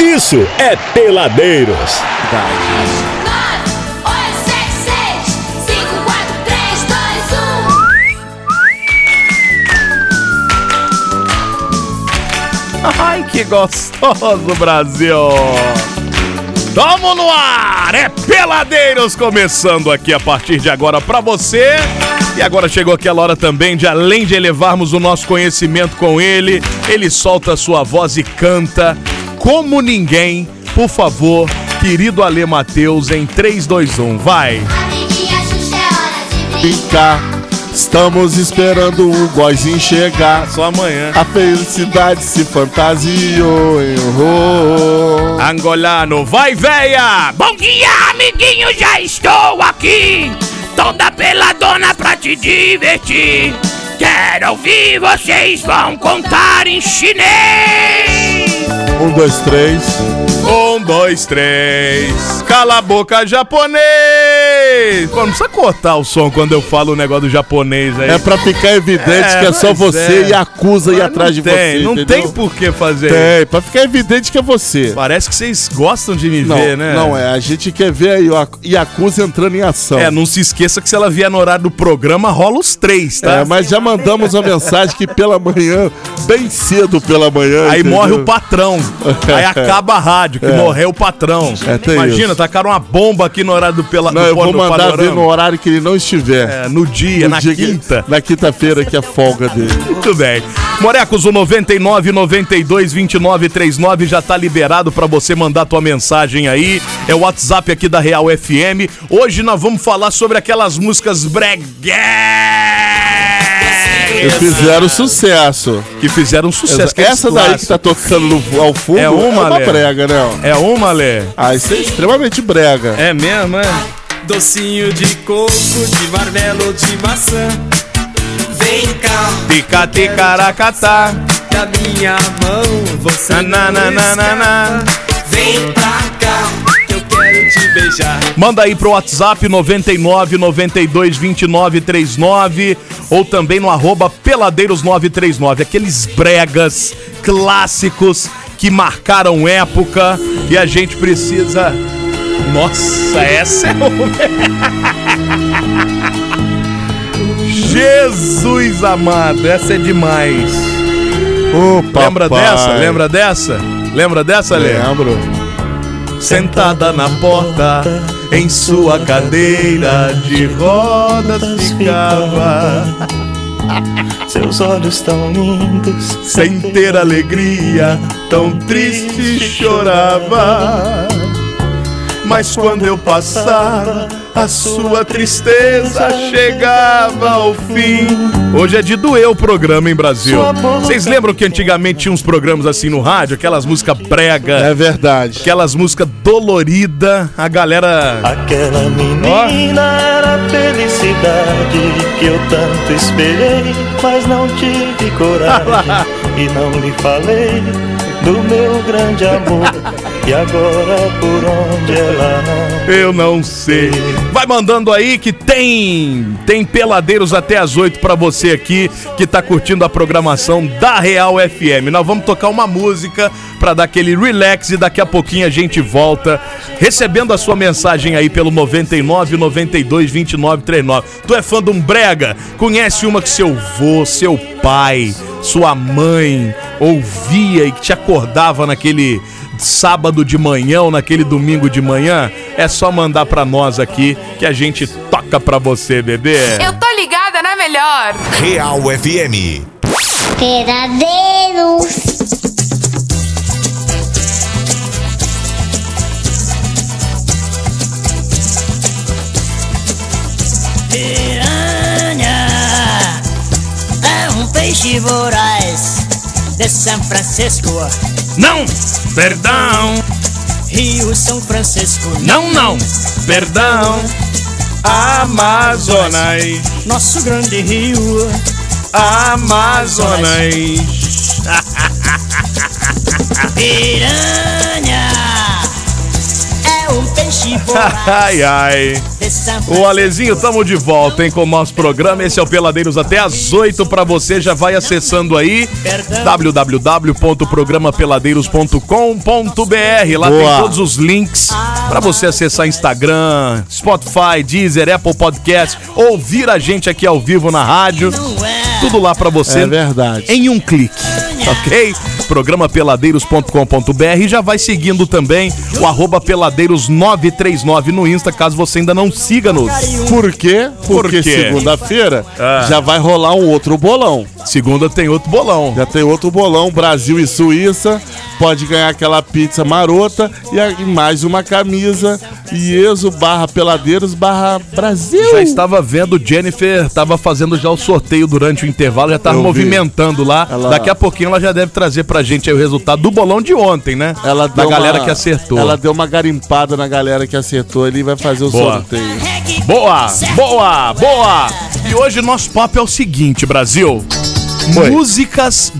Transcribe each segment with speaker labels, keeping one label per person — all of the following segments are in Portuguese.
Speaker 1: isso é Peladeiros.
Speaker 2: Ai, que gostoso, Brasil! Tamo no ar! É Peladeiros começando aqui a partir de agora pra você. E agora chegou aquela hora também de além de elevarmos o nosso conhecimento com ele, ele solta a sua voz e canta como ninguém. Por favor, querido Ale Mateus em 3 2 1, vai.
Speaker 3: Amiguinha, Xuxa, é hora de brincar.
Speaker 4: Ficar. Estamos esperando o góizinho chegar.
Speaker 2: Só amanhã.
Speaker 4: A felicidade se fantasiou em horror.
Speaker 2: Angolano, vai, véia!
Speaker 5: Bom dia, amiguinho, já estou aqui. Toda pela dona pra te divertir. Quero ouvir, vocês vão contar em chinês.
Speaker 4: Um, dois, três.
Speaker 2: Um, dois, três. Cala a boca, japonês! Pô, não precisa cortar o som quando eu falo o negócio do japonês aí.
Speaker 4: É pra ficar evidente
Speaker 2: É,
Speaker 4: que é só
Speaker 2: pois
Speaker 4: você
Speaker 2: é.
Speaker 4: e acusa aí
Speaker 2: Mas
Speaker 4: atrás de
Speaker 2: não tem,
Speaker 4: você.
Speaker 2: Não
Speaker 4: entendeu?
Speaker 2: tem por que fazer.
Speaker 4: Tem, pra ficar evidente que é você.
Speaker 2: Parece que vocês gostam de me
Speaker 4: Não,
Speaker 2: ver, né?
Speaker 4: não é. A gente quer ver aí o Ac- Yakuza entrando em ação.
Speaker 2: É, não se esqueça que se ela vier no horário do programa, rola os três, tá?
Speaker 4: É, mas já mandamos uma mensagem que pela manhã, bem cedo pela manhã.
Speaker 2: Aí
Speaker 4: entendeu?
Speaker 2: morre o patrão. Aí acaba a rádio, que morreu o patrão.
Speaker 4: É, tem
Speaker 2: Imagina,
Speaker 4: isso.
Speaker 2: tacaram uma bomba aqui no horário do pela
Speaker 4: Não,
Speaker 2: do
Speaker 4: eu
Speaker 2: pó-
Speaker 4: vou
Speaker 2: do
Speaker 4: mandar
Speaker 2: panorama.
Speaker 4: ver no horário que ele não estiver.
Speaker 2: É, no dia,
Speaker 4: No
Speaker 2: na
Speaker 4: dia que-
Speaker 2: quinta.
Speaker 4: na quinta-feira que é folga dele.
Speaker 2: Muito bem. Morecos, o 99 92 29 39 já tá liberado pra você mandar tua mensagem aí. É o WhatsApp aqui da Real FM. Hoje nós vamos falar sobre aquelas músicas
Speaker 4: E
Speaker 2: bregué
Speaker 4: fizeram sucesso.
Speaker 2: que fizeram sucesso.
Speaker 4: Essa,
Speaker 2: que é esse
Speaker 4: essa daí que tá
Speaker 2: clássico.
Speaker 4: tocando no- ao fundo
Speaker 2: É uma, Léo.
Speaker 4: brega, né?
Speaker 2: É uma, Lê?
Speaker 4: Ah, isso é extremamente brega.
Speaker 2: É mesmo, é?
Speaker 6: Docinho de coco, de marmelo, de maçã. Vem cá,
Speaker 2: Tica, ticaracatá.
Speaker 6: da minha mão, você
Speaker 2: Na, na, na,
Speaker 6: não
Speaker 2: na, na, na.
Speaker 6: escapa. Vem pra cá, que eu quero te beijar.
Speaker 2: Manda aí pro WhatsApp 99 92 29 39 ou também no arroba peladeiros939. Aqueles bregas clássicos que marcaram época e a gente precisa. Nossa, essa é o. Jesus amado, essa é demais.
Speaker 4: Ô,
Speaker 2: Lembra
Speaker 4: papai.
Speaker 2: dessa? Lembra dessa? Lembra dessa, Lê?
Speaker 4: Lembro.
Speaker 2: sentada na porta, em sua cadeira de rodas ficava,
Speaker 7: Seus olhos tão lindos,
Speaker 2: sem ter alegria, tão triste chorava. Mas quando eu passava, a sua tristeza chegava ao fim. Hoje é de doer o programa, em Brasil? Vocês lembram que antigamente tinha uns programas assim no rádio, aquelas músicas brega?
Speaker 4: É verdade.
Speaker 2: Aquelas músicas doloridas, a galera.
Speaker 7: aquela menina era a felicidade que eu tanto esperei, mas não tive coragem e não lhe falei do meu grande amor. E agora por onde ela não
Speaker 2: Eu não sei. Vai mandando aí que tem tem peladeiros até as 8 pra você aqui que tá curtindo a programação da Real FM. Nós vamos tocar uma música pra dar aquele relax e daqui a pouquinho a gente volta recebendo a sua mensagem aí pelo 99 92 29 39. Tu é fã de um brega? Conhece uma que seu vô, seu pai, sua mãe ouvia e que te acordava naquele sábado de manhã ou naquele domingo de manhã, é só mandar pra nós aqui que a gente toca pra você, bebê.
Speaker 8: Eu tô ligada na melhor.
Speaker 9: Real FM.
Speaker 3: Peladeiros.
Speaker 10: Piranha é um peixe voraz de São Francisco,
Speaker 2: Não, perdão,
Speaker 10: Rio São Francisco.
Speaker 2: não, não, perdão. Amazonas,
Speaker 10: Nosso grande rio,
Speaker 2: Amazonas.
Speaker 10: piranha é um peixe voraz
Speaker 2: Ai, ai.
Speaker 10: de São
Speaker 2: Ô Alezinho, tamo de volta, hein, com o nosso programa. Esse é o Peladeiros até às 8 pra você. Já vai acessando aí www.programapeladeiros.com.br. Lá
Speaker 4: Boa.
Speaker 2: tem todos os links pra você acessar Instagram, Spotify, Deezer, Apple Podcast, ouvir a gente aqui ao vivo na rádio.
Speaker 10: Não é
Speaker 2: Tudo lá pra você
Speaker 4: É verdade.
Speaker 2: em um clique, ok? Programa peladeiros.com.br já vai seguindo também o arroba peladeiros939 no Insta, caso você ainda não siga-nos.
Speaker 4: Por quê?
Speaker 2: Por
Speaker 4: Porque
Speaker 2: quê?
Speaker 4: segunda-feira
Speaker 2: Ah.
Speaker 4: já vai rolar um outro bolão.
Speaker 2: Segunda tem outro bolão.
Speaker 4: Já tem outro bolão, Brasil e Suíça. Pode ganhar aquela pizza marota e a- e mais uma camisa. Ieso barra peladeiros barra Brasil.
Speaker 2: Já estava vendo, Jennifer estava fazendo já o sorteio durante o intervalo, já estava
Speaker 4: Eu vi.
Speaker 2: movimentando lá.
Speaker 4: Ela-
Speaker 2: Daqui a pouquinho ela já deve trazer pra gente aí o resultado do bolão de ontem, né?
Speaker 4: Ela
Speaker 2: da
Speaker 4: deu uma-
Speaker 2: galera que acertou.
Speaker 4: Ela deu uma garimpada na galera que acertou ali e vai fazer o
Speaker 2: Boa.
Speaker 4: sorteio.
Speaker 2: Boa, boa, boa! E hoje o nosso papo é o seguinte, Brasil.
Speaker 4: Oi.
Speaker 2: Músicas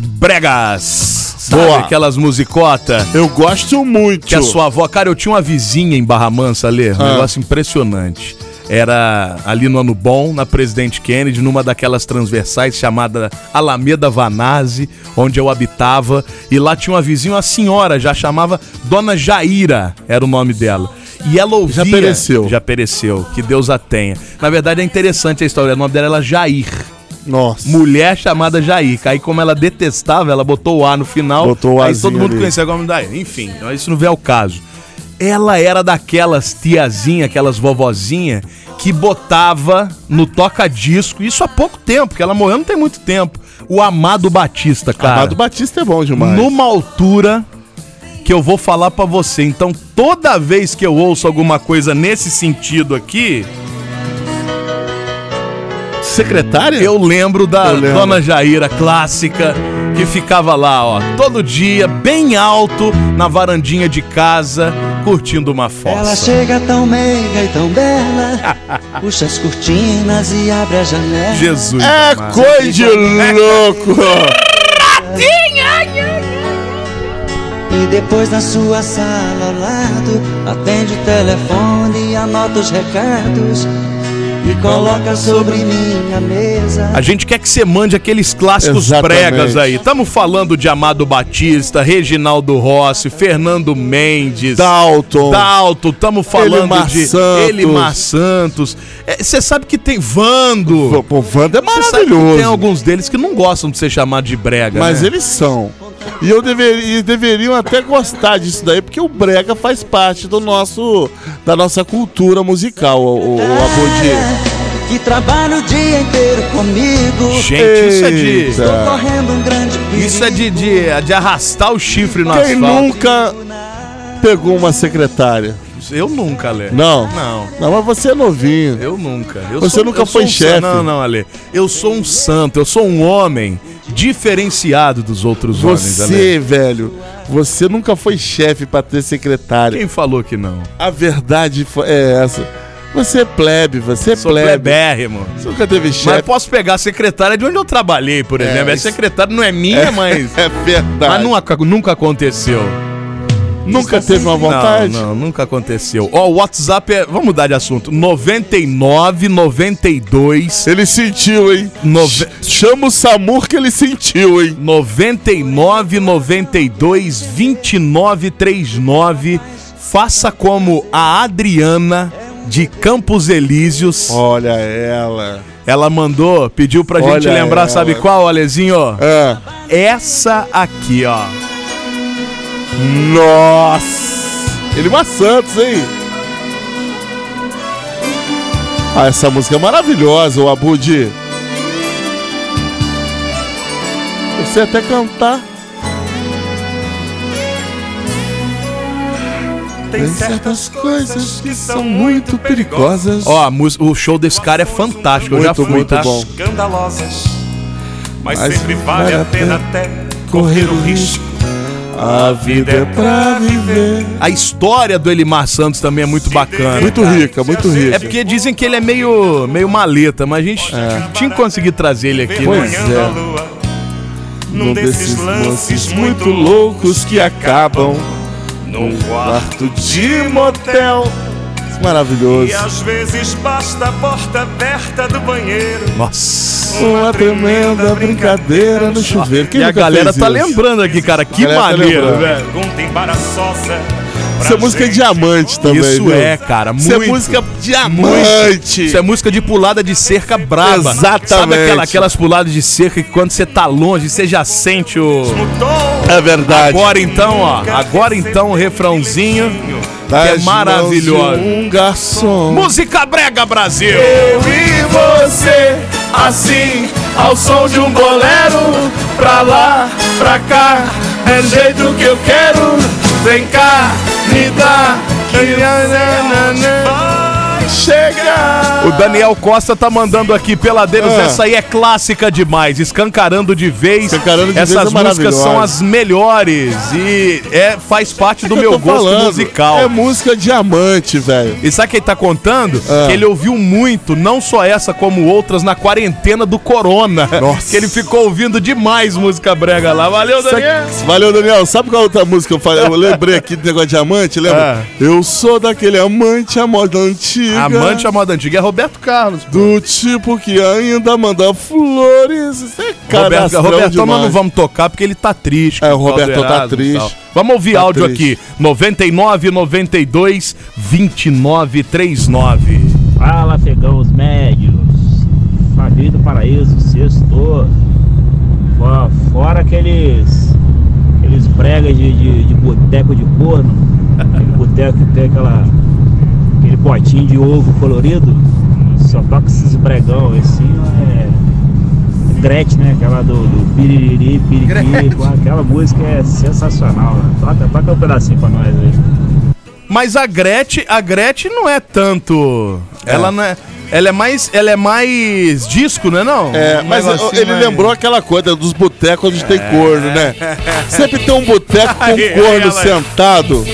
Speaker 2: bregas. Sabe
Speaker 4: Boa.
Speaker 2: aquelas musicota
Speaker 4: Eu gosto muito.
Speaker 2: que a sua avó... Cara, eu tinha uma vizinha em Barra Mansa ali, um
Speaker 4: Ah.
Speaker 2: negócio impressionante. Era ali no Ano Bom, na Presidente Kennedy, numa daquelas transversais chamada Alameda Vanazzi, onde eu habitava. E lá tinha uma vizinha, uma senhora, já chamava Dona Jaira, era o nome dela. E ela ouvia...
Speaker 4: Já pereceu.
Speaker 2: Já pereceu, que Deus a tenha. Na verdade é interessante a história, o nome dela era Jair.
Speaker 4: Nossa.
Speaker 2: Mulher chamada Jaíca. Aí, como ela detestava, ela botou o A no final.
Speaker 4: Botou o
Speaker 2: Aí
Speaker 4: Azinho
Speaker 2: todo mundo
Speaker 4: ali.
Speaker 2: conhecia como daí. Enfim, então isso não vê ao caso. Ela era daquelas tiazinha, aquelas vovozinha que botava no toca-disco, isso há pouco tempo, que ela morreu não tem muito tempo. O Amado Batista, cara.
Speaker 4: Amado Batista é bom demais.
Speaker 2: Numa altura que eu vou falar pra você. Então, toda vez que eu ouço alguma coisa nesse sentido aqui,
Speaker 4: Secretária?
Speaker 2: Eu lembro da
Speaker 4: Eu lembro.
Speaker 2: Dona Jaira clássica que ficava lá, ó, todo dia, bem alto, na varandinha de casa, curtindo uma
Speaker 10: Ela
Speaker 2: fossa.
Speaker 10: chega tão meiga e tão bela, puxa as cortinas e abre a janela.
Speaker 2: Jesus.
Speaker 4: É
Speaker 2: amado.
Speaker 4: coisa de louco!
Speaker 10: E depois na sua sala ao lado, atende o telefone e anota os recados. E coloca sobre minha mesa.
Speaker 2: A gente quer que você mande aqueles clássicos
Speaker 4: Exatamente.
Speaker 2: bregas aí. Tamo falando de Amado Batista, Reginaldo Rossi, Fernando Mendes.
Speaker 4: Dalton.
Speaker 2: Dalto, tamo falando
Speaker 4: Elimar
Speaker 2: de
Speaker 4: Santos.
Speaker 2: Elimar Santos. É, Você sabe que tem Vando.
Speaker 4: Pô, o Wanda é
Speaker 2: Você sabe que
Speaker 4: maravilhoso.
Speaker 2: tem alguns deles que não gostam de ser chamado de brega.
Speaker 4: Mas
Speaker 2: né?
Speaker 4: eles são. E eu deveria, e deveriam até gostar disso daí, porque o brega faz parte do nosso, da nossa cultura musical, o, o, o Abodi.
Speaker 10: Que trabalha o dia inteiro comigo.
Speaker 2: Gente, isso é de.
Speaker 4: Eita.
Speaker 10: Correndo um grande perigo.
Speaker 2: Isso é de, de, de arrastar o chifre no
Speaker 4: Quem
Speaker 2: asfalto.
Speaker 4: nunca pegou uma secretária?
Speaker 2: Eu nunca, Lê.
Speaker 4: Não.
Speaker 2: Não.
Speaker 4: Não, mas você é novinho.
Speaker 2: Eu nunca. Eu
Speaker 4: Você nunca
Speaker 2: eu
Speaker 4: foi
Speaker 2: um
Speaker 4: chefe.
Speaker 2: santo. Não, não, Ale. Eu sou um santo, eu sou um homem diferenciado dos outros homens, Ale.
Speaker 4: Você, velho, você nunca foi chefe pra ter secretária.
Speaker 2: Quem falou que não?
Speaker 4: A verdade fo- é essa. Você é plebe, você é
Speaker 2: Sou
Speaker 4: plebe.
Speaker 2: plebérrimo.
Speaker 4: Você nunca teve
Speaker 2: Mas
Speaker 4: chefe.
Speaker 2: posso pegar a secretária de onde eu trabalhei, por exemplo.
Speaker 4: isso-
Speaker 2: Essa secretária não é minha, mas.
Speaker 4: É verdade.
Speaker 2: Mas nunca, nunca aconteceu. é
Speaker 4: Nunca teve uma vontade?
Speaker 2: Não, não, nunca aconteceu. Ó, o WhatsApp é. Vamos mudar de assunto. 99 92
Speaker 4: Ele sentiu, hein?
Speaker 2: Nove-
Speaker 4: Ch- Chama o Samur que ele sentiu, hein?
Speaker 2: 99 92 29 39. Faça como a Adriana de Campos Elíseos.
Speaker 4: Olha ela.
Speaker 2: Ela mandou, pediu pra gente
Speaker 4: Olha
Speaker 2: lembrar,
Speaker 4: ela.
Speaker 2: sabe qual, Alezinho?
Speaker 4: Ah,
Speaker 2: Essa aqui, ó.
Speaker 4: nossa! Ele é uma Santos, hein? Ah, essa música é maravilhosa, o Abudi. Eu sei até cantar. Tem certas coisas que são muito perigosas.
Speaker 2: Ó, a mus- o show desse cara é fantástico. Eu já
Speaker 4: Muito,
Speaker 2: fui,
Speaker 4: muito
Speaker 2: tá?
Speaker 4: bom.
Speaker 6: escandalosas. Mas,
Speaker 4: Mas
Speaker 6: sempre vale a pena até
Speaker 11: é.
Speaker 6: correr o risco.
Speaker 4: A vida é pra viver.
Speaker 2: A história do Elimar Santos também é muito bacana.
Speaker 4: Muito rica, muito rica.
Speaker 2: É porque dizem que ele é meio, meio maleta, mas a gente tinha que conseguir trazer ele aqui,
Speaker 4: Pois
Speaker 2: né?
Speaker 4: é.
Speaker 6: a lua.
Speaker 4: Num desses lances muito loucos que acabam num quarto de motel. Maravilhoso.
Speaker 11: E às vezes basta a porta aberta do banheiro.
Speaker 2: Nossa.
Speaker 4: Uma tremenda brincadeira no chuveiro. Quem
Speaker 2: e a
Speaker 4: nunca
Speaker 2: galera
Speaker 4: fez
Speaker 2: tá
Speaker 4: isso?
Speaker 2: lembrando aqui, cara. Que
Speaker 4: A galera tá
Speaker 2: maneiro,
Speaker 4: lembrando.
Speaker 2: velho.
Speaker 11: Pergunta embaraçosa. pra
Speaker 4: Isso é música
Speaker 11: gente.
Speaker 4: diamante também.
Speaker 2: Isso
Speaker 4: viu?
Speaker 2: é, cara,
Speaker 4: Isso é
Speaker 2: muito.
Speaker 4: música
Speaker 2: Muito.
Speaker 4: diamante.
Speaker 2: Isso é música de pulada de cerca braba.
Speaker 4: Exatamente.
Speaker 2: Sabe aquela- aquelas puladas de cerca que quando você tá longe, você já sente o.
Speaker 11: Mudou.
Speaker 4: É verdade.
Speaker 2: Agora então, ó. Agora então o refrãozinho.
Speaker 4: Tá
Speaker 2: é maravilhosa.
Speaker 4: Um garçom.
Speaker 2: Música Brega Brasil!
Speaker 11: Eu e você, assim, ao som de um bolero. Pra lá, pra cá, é jeito que eu quero. Vem cá, me dá. Chega!
Speaker 2: O Daniel Costa tá mandando aqui, peladeiros,
Speaker 4: Ah.
Speaker 2: essa aí é clássica demais, escancarando de vez.
Speaker 4: Escancarando de vez
Speaker 2: Essas
Speaker 4: é
Speaker 2: músicas
Speaker 4: maravilhosa.
Speaker 2: são as melhores e é, faz parte do
Speaker 4: É que eu
Speaker 2: meu
Speaker 4: tô
Speaker 2: gosto
Speaker 4: falando,
Speaker 2: musical.
Speaker 4: É música diamante, velho.
Speaker 2: E sabe quem tá contando?
Speaker 4: Ah.
Speaker 2: Que ele ouviu muito, não só essa como outras, na quarentena do Corona.
Speaker 4: Nossa.
Speaker 2: Que ele ficou ouvindo demais música brega lá. Valeu,
Speaker 4: Sabe-
Speaker 2: Daniel!
Speaker 4: Valeu, Daniel. Sabe qual outra música eu falei? Eu lembrei aqui do negócio de diamante,
Speaker 2: Ah.
Speaker 4: lembra? Eu sou daquele amante à moda antiga.
Speaker 2: Amante à moda antiga é Roberto Carlos.
Speaker 4: Do tipo que ainda manda flores. Isso é
Speaker 2: Roberto,
Speaker 4: cadastrão
Speaker 2: Roberto nós
Speaker 4: demais.
Speaker 2: não vamos tocar porque ele tá triste.
Speaker 4: É,
Speaker 2: com
Speaker 4: o Roberto
Speaker 2: Caldo
Speaker 4: tá
Speaker 2: Erasmo e
Speaker 4: triste.
Speaker 2: tal. Vamos ouvir
Speaker 4: Tá
Speaker 2: áudio
Speaker 4: triste.
Speaker 2: aqui. 99 92 29 39.
Speaker 12: Fala, pegão os médios. Família do Paraíso, sexto. Fo- Fora aqueles. aqueles pregas de, de, de boteco de corno. Aquele boteco que tem aquela. aquele potinho de ovo colorido. Só toca esses bregão. Esse é. Gretchen, né? Aquela do, do piriri, piriri. Pô, Aquela música é sensacional. Né? Toca, toca um pedacinho pra nós aí.
Speaker 2: Mas a Gretchen, a Gretchen não é tanto. Ela não é. Ela é mais. Ela é mais disco, não é não?
Speaker 4: É,
Speaker 2: Um
Speaker 4: mas
Speaker 2: negocinho
Speaker 4: ele
Speaker 2: mais-
Speaker 4: lembrou aquela coisa dos botecos onde tem corno, né? Sempre tem um boteco com
Speaker 2: É. Aí,
Speaker 4: um corno
Speaker 2: ela-
Speaker 4: sentado,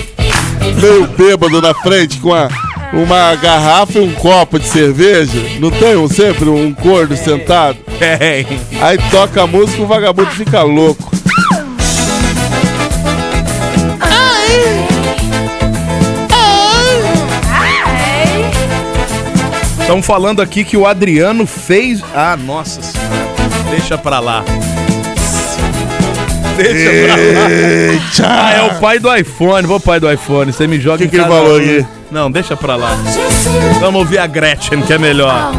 Speaker 4: meio bêbado na frente, com a- uma garrafa e um copo de cerveja. Não tem um, sempre um corno sentado?
Speaker 2: É, hein?
Speaker 4: Aí toca a música e o vagabundo fica louco.
Speaker 2: Estão falando aqui que o Adriano fez. Ah, nossa senhora. Deixa pra lá. Deixa pra lá. Ah, é o pai do iPhone. Vou pai do iPhone. Você me joga
Speaker 4: Que
Speaker 2: em
Speaker 4: que ele
Speaker 2: cada
Speaker 4: falou
Speaker 2: um.
Speaker 4: aqui?
Speaker 2: Não, deixa pra lá. Vamos ouvir a Gretchen, que é melhor.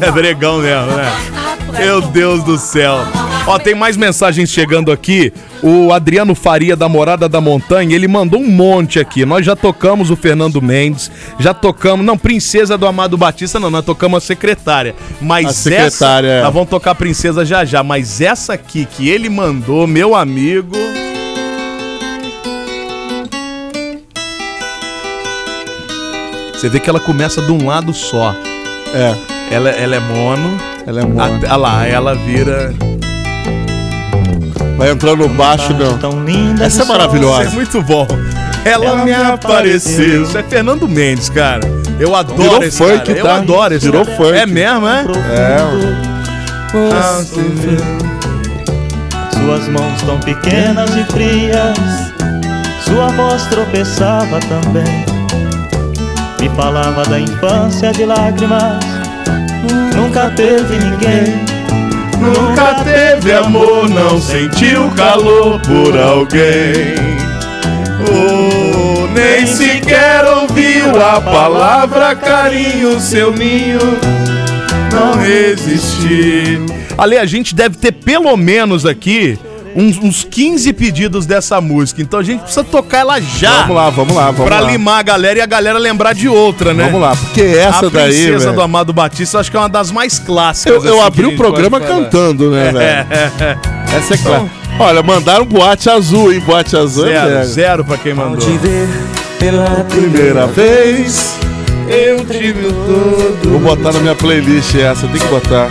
Speaker 2: É bregão mesmo, né? Meu Deus do céu. Ó, tem mais mensagens chegando aqui. O Adriano Faria, da Morada da Montanha, ele mandou um monte aqui. Nós já tocamos o Fernando Mendes, já tocamos. Não, Princesa do Amado Batista, não, nós tocamos a secretária. Mas
Speaker 4: A secretária,
Speaker 2: essa.
Speaker 4: é.
Speaker 2: Nós vamos tocar a Princesa já já. Mas essa aqui que ele mandou, meu amigo. Você vê que ela começa de um lado só.
Speaker 4: É,
Speaker 2: Ela, ela é mono.
Speaker 4: ela é morta.
Speaker 2: Olha lá, ela vira.
Speaker 4: Vai entrar no baixo, não.
Speaker 7: Tão linda
Speaker 4: Essa
Speaker 7: do sol.
Speaker 4: é
Speaker 2: Isso é
Speaker 4: maravilhosa.
Speaker 2: muito bom. Ela, me apareceu. Isso é Fernando Mendes, cara. Eu adoro
Speaker 4: Virou
Speaker 2: esse
Speaker 4: funk,
Speaker 2: cara. Eu
Speaker 4: tá?
Speaker 2: adoro esse
Speaker 4: Virou
Speaker 2: cara.
Speaker 4: funk.
Speaker 2: É mesmo, é?
Speaker 7: Suas mãos tão pequenas e frias, sua voz tropeçava também. Me falava da infância de lágrimas, nunca teve ninguém.
Speaker 2: Nunca teve amor, não sentiu calor por alguém. Oh, nem sequer ouviu a palavra
Speaker 4: É.
Speaker 2: carinho, seu ninho não resistiu. Ale, a gente deve ter pelo menos aqui uns, uns 15 pedidos dessa música, então a gente precisa tocar ela já.
Speaker 4: Vamos lá, vamos lá, vamos
Speaker 2: pra
Speaker 4: lá.
Speaker 2: limar a galera e a galera lembrar de outra, né?
Speaker 4: Vamos lá, porque
Speaker 2: Essa
Speaker 4: essa
Speaker 2: a
Speaker 4: daí,
Speaker 2: princesa
Speaker 4: velho,
Speaker 2: do Amado Batista, eu acho que é uma das mais
Speaker 4: Eu,
Speaker 2: clássicas.
Speaker 4: eu
Speaker 2: assim, que
Speaker 4: abri
Speaker 2: a
Speaker 4: o
Speaker 2: gente
Speaker 4: programa
Speaker 2: pode falar.
Speaker 4: cantando, né, velho? Essa é clara. Olha, mandaram boate azul, hein? Boate azul é
Speaker 2: Então- Zero,
Speaker 4: brega.
Speaker 2: zero pra quem mandou.
Speaker 10: ver pela
Speaker 4: Primeira vez.
Speaker 2: Eu tive todo.
Speaker 4: Vou botar na minha playlist essa, tem que botar.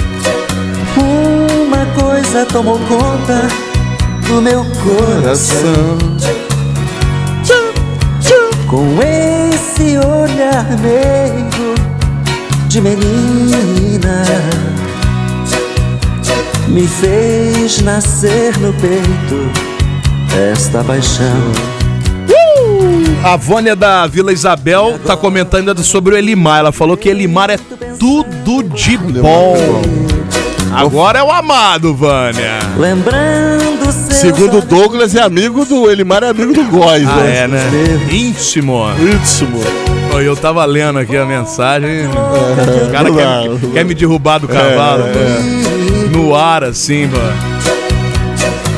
Speaker 10: Uma coisa tomou conta do meu coração. Com esse olhar de menina me fez nascer no peito esta paixão.
Speaker 2: A Vânia da Vila Isabel tá comentando ainda sobre o Elimar. Ela falou que Elimar é tudo de bom. Agora é o amado, Vânia.
Speaker 10: Lembrando
Speaker 4: Segundo o Douglas, é amigo do Elimar, é amigo do Góis.
Speaker 2: Ah, é, né? Íntimo.
Speaker 4: Íntimo.
Speaker 2: Oi, Eu tava lendo aqui a mensagem. o cara
Speaker 4: não
Speaker 2: quer, quer me derrubar do cavalo. pô. No ar, assim, mano.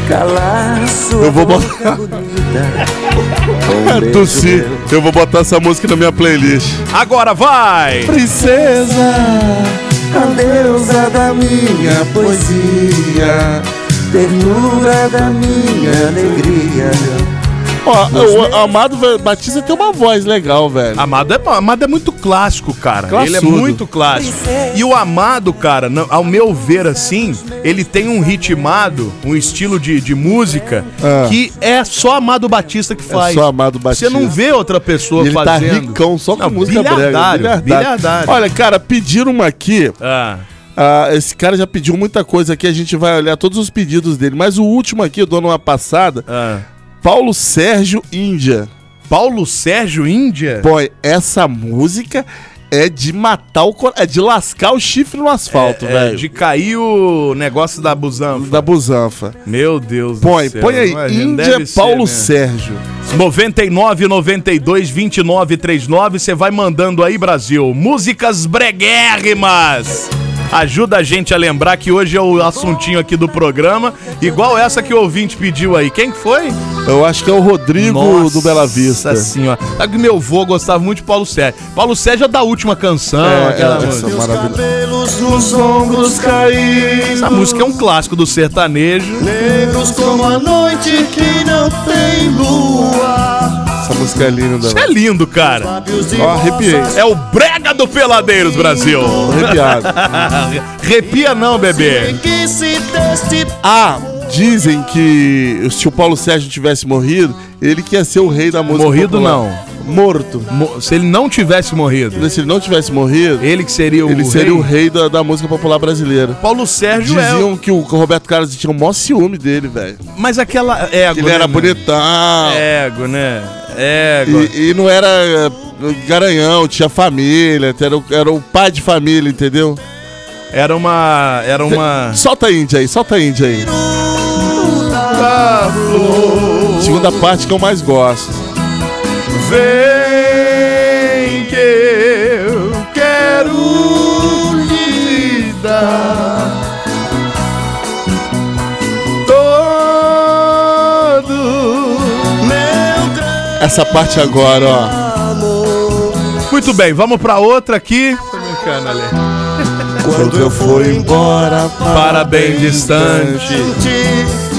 Speaker 10: calar sua
Speaker 4: Eu vou
Speaker 10: boca
Speaker 4: botar-
Speaker 10: bonita.
Speaker 4: É, Tossi, eu vou botar essa música na minha playlist.
Speaker 2: Agora vai!
Speaker 10: Princesa, a deusa da minha poesia, ternura da minha alegria.
Speaker 4: Ó, o Amado velho, Batista tem uma voz legal, velho.
Speaker 2: Amado é, bom, Amado é muito clássico, cara. Ele é
Speaker 4: Classudo.
Speaker 2: muito clássico. E o Amado, cara, não- ao meu ver assim, ele tem um ritmado, um estilo de, de música
Speaker 4: Ah. É
Speaker 2: que é só Amado Batista que faz.
Speaker 4: só Amado
Speaker 2: Você
Speaker 4: Batista.
Speaker 2: não vê outra pessoa
Speaker 4: E ele tá
Speaker 2: fazendo.
Speaker 4: ricão, só com
Speaker 2: Não,
Speaker 4: música brega.
Speaker 2: bilhardário,
Speaker 4: Bilhardário.
Speaker 2: bilhardário.
Speaker 4: Olha, cara, pediram uma aqui.
Speaker 2: Ah.
Speaker 4: Ah, esse cara já pediu muita coisa aqui, a gente vai olhar todos os pedidos dele. Mas o último aqui, eu dou numa passada. Paulo Sérgio Índia.
Speaker 2: Ah. Paulo Sérgio Índia?
Speaker 4: Pô, essa música é de matar o coração. É de lascar o chifre no asfalto,
Speaker 2: É,
Speaker 4: velho.
Speaker 2: de cair o negócio da busanfa.
Speaker 4: Da busanfa.
Speaker 2: Meu Deus
Speaker 4: Põe,
Speaker 2: do céu.
Speaker 4: põe aí,
Speaker 2: Imagina,
Speaker 4: Índia
Speaker 2: deve ser,
Speaker 4: Paulo
Speaker 2: né?
Speaker 4: Sérgio.
Speaker 2: 99 92 29 39, você vai mandando aí, Brasil. Músicas breguérrimas. Ajuda a gente a lembrar que hoje é o assuntinho aqui do programa, igual essa que o ouvinte pediu aí. Quem que foi?
Speaker 4: Eu acho que é o Rodrigo
Speaker 2: Nossa
Speaker 4: do Bela Vista.
Speaker 2: senhora. Sabe que meu avô gostava muito de Paulo Sérgio. Paulo Sérgio é da última canção,
Speaker 4: É,
Speaker 2: aquela
Speaker 4: é,
Speaker 2: música.
Speaker 4: essa maravilha.
Speaker 11: Pelos nos ombros caídos,
Speaker 2: Essa música é um clássico do sertanejo.
Speaker 11: negros como a noite que não tem lua.
Speaker 4: Essa música é linda.
Speaker 2: Isso é lindo, cara.
Speaker 4: Ó, arrepiei.
Speaker 2: É o brega do Peladeiros, Brasil.
Speaker 4: Tô arrepiado.
Speaker 2: Repia não, bebê.
Speaker 11: Que se deste
Speaker 4: Ah, dizem que se o Paulo Sérgio tivesse morrido, ele que ia ser o rei da música.
Speaker 2: Morrido,
Speaker 4: popular.
Speaker 2: não.
Speaker 4: Morto.
Speaker 2: Mo- Se ele não tivesse morrido,
Speaker 4: Se ele não tivesse morrido,
Speaker 2: ele que seria o
Speaker 4: ele seria o
Speaker 2: rei.
Speaker 4: rei da, da música popular brasileira.
Speaker 2: Paulo Sérgio é.
Speaker 4: Diziam que o Roberto Carlos tinha o maior ciúme dele, velho.
Speaker 2: o- Mas aquela ego,
Speaker 4: Que ele era
Speaker 2: né,
Speaker 4: bonitão.
Speaker 2: mano? Ego, né? Ego.
Speaker 4: E, e não era eh, garanhão, tinha família, era, o- era o pai de família, entendeu?
Speaker 2: Era uma. Era uma.
Speaker 4: Solta a Índia aí, solta a Índia aí. Segunda parte que eu mais gosto.
Speaker 2: Vem que eu quero lhe dar todo.
Speaker 4: Essa parte agora, ó.
Speaker 2: Muito bem, vamos pra outra aqui.
Speaker 4: Quando eu for embora
Speaker 2: Para bem distante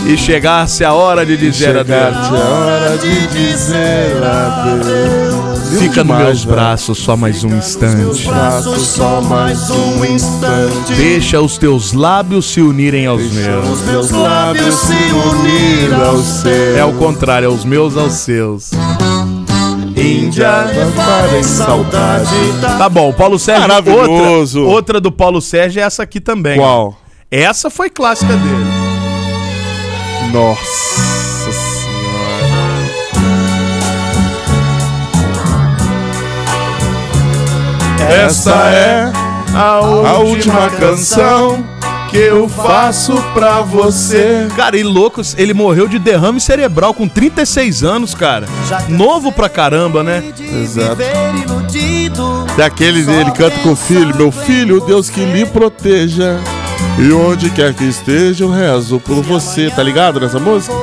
Speaker 2: e chegar-se a hora de dizer
Speaker 4: chegar-te
Speaker 2: adeus.
Speaker 4: a hora de dizer adeus Lindo
Speaker 2: Fica nos
Speaker 4: demais,
Speaker 2: meus
Speaker 4: velho.
Speaker 2: braços só mais um instante.
Speaker 4: Faço só mais um instante
Speaker 2: Deixa os teus lábios se unirem aos meus.
Speaker 4: Os meus lábios se unir ao seu
Speaker 2: É o contrário, é os meus aos seus.
Speaker 4: Índia Farei saudade
Speaker 2: Tá bom, Paulo Sérgio.
Speaker 4: Maravilhoso.
Speaker 2: Outra, outra do Paulo Sérgio é essa aqui também.
Speaker 4: Qual?
Speaker 2: Essa foi clássica dele.
Speaker 4: Nossa senhora Essa é
Speaker 2: A
Speaker 4: a última canção que eu faço pra você
Speaker 2: Cara, e loucos, ele morreu de derrame cerebral com 36 anos, cara. Novo pra caramba, né?
Speaker 4: Exato. Daquele dele, canta com o filho, meu filho, Deus que lhe proteja. E onde quer que esteja, eu rezo por você, tá ligado nessa música?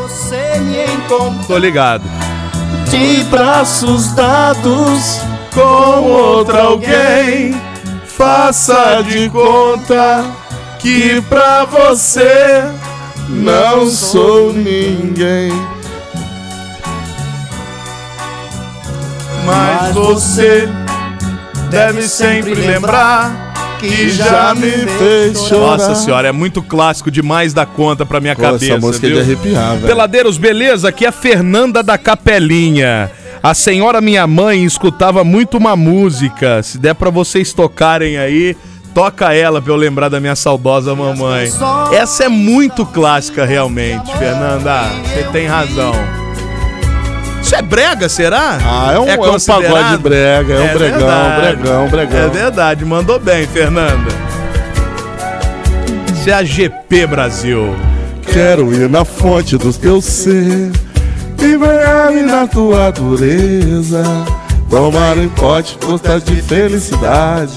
Speaker 2: Tô ligado.
Speaker 4: De braços dados com outra alguém, faça de conta que pra você não sou ninguém. Mas você
Speaker 2: Deve sempre lembrar
Speaker 4: que já me fez chorar.
Speaker 2: Nossa senhora, é muito clássico demais da conta pra minha
Speaker 4: Pô,
Speaker 2: cabeça.
Speaker 4: essa música é
Speaker 2: viu?
Speaker 4: de arrepiar, velho.
Speaker 2: Peladeiros, beleza? Aqui é a Fernanda da Capelinha. A senhora minha mãe escutava muito uma música. Se der pra vocês tocarem aí, toca ela pra eu lembrar da minha saudosa mamãe. Essa é muito clássica realmente, Fernanda. Você tem razão. Isso é brega, será?
Speaker 4: Ah, é um, é um
Speaker 2: considerado?
Speaker 4: pagode brega, é um bregão, bregão, bregão.
Speaker 2: É verdade, mandou bem, Fernanda. Isso é a GP Brasil.
Speaker 4: Quero ir na fonte do teu ser e banhar-me na tua dureza. Tomar um pote, gostar de felicidade,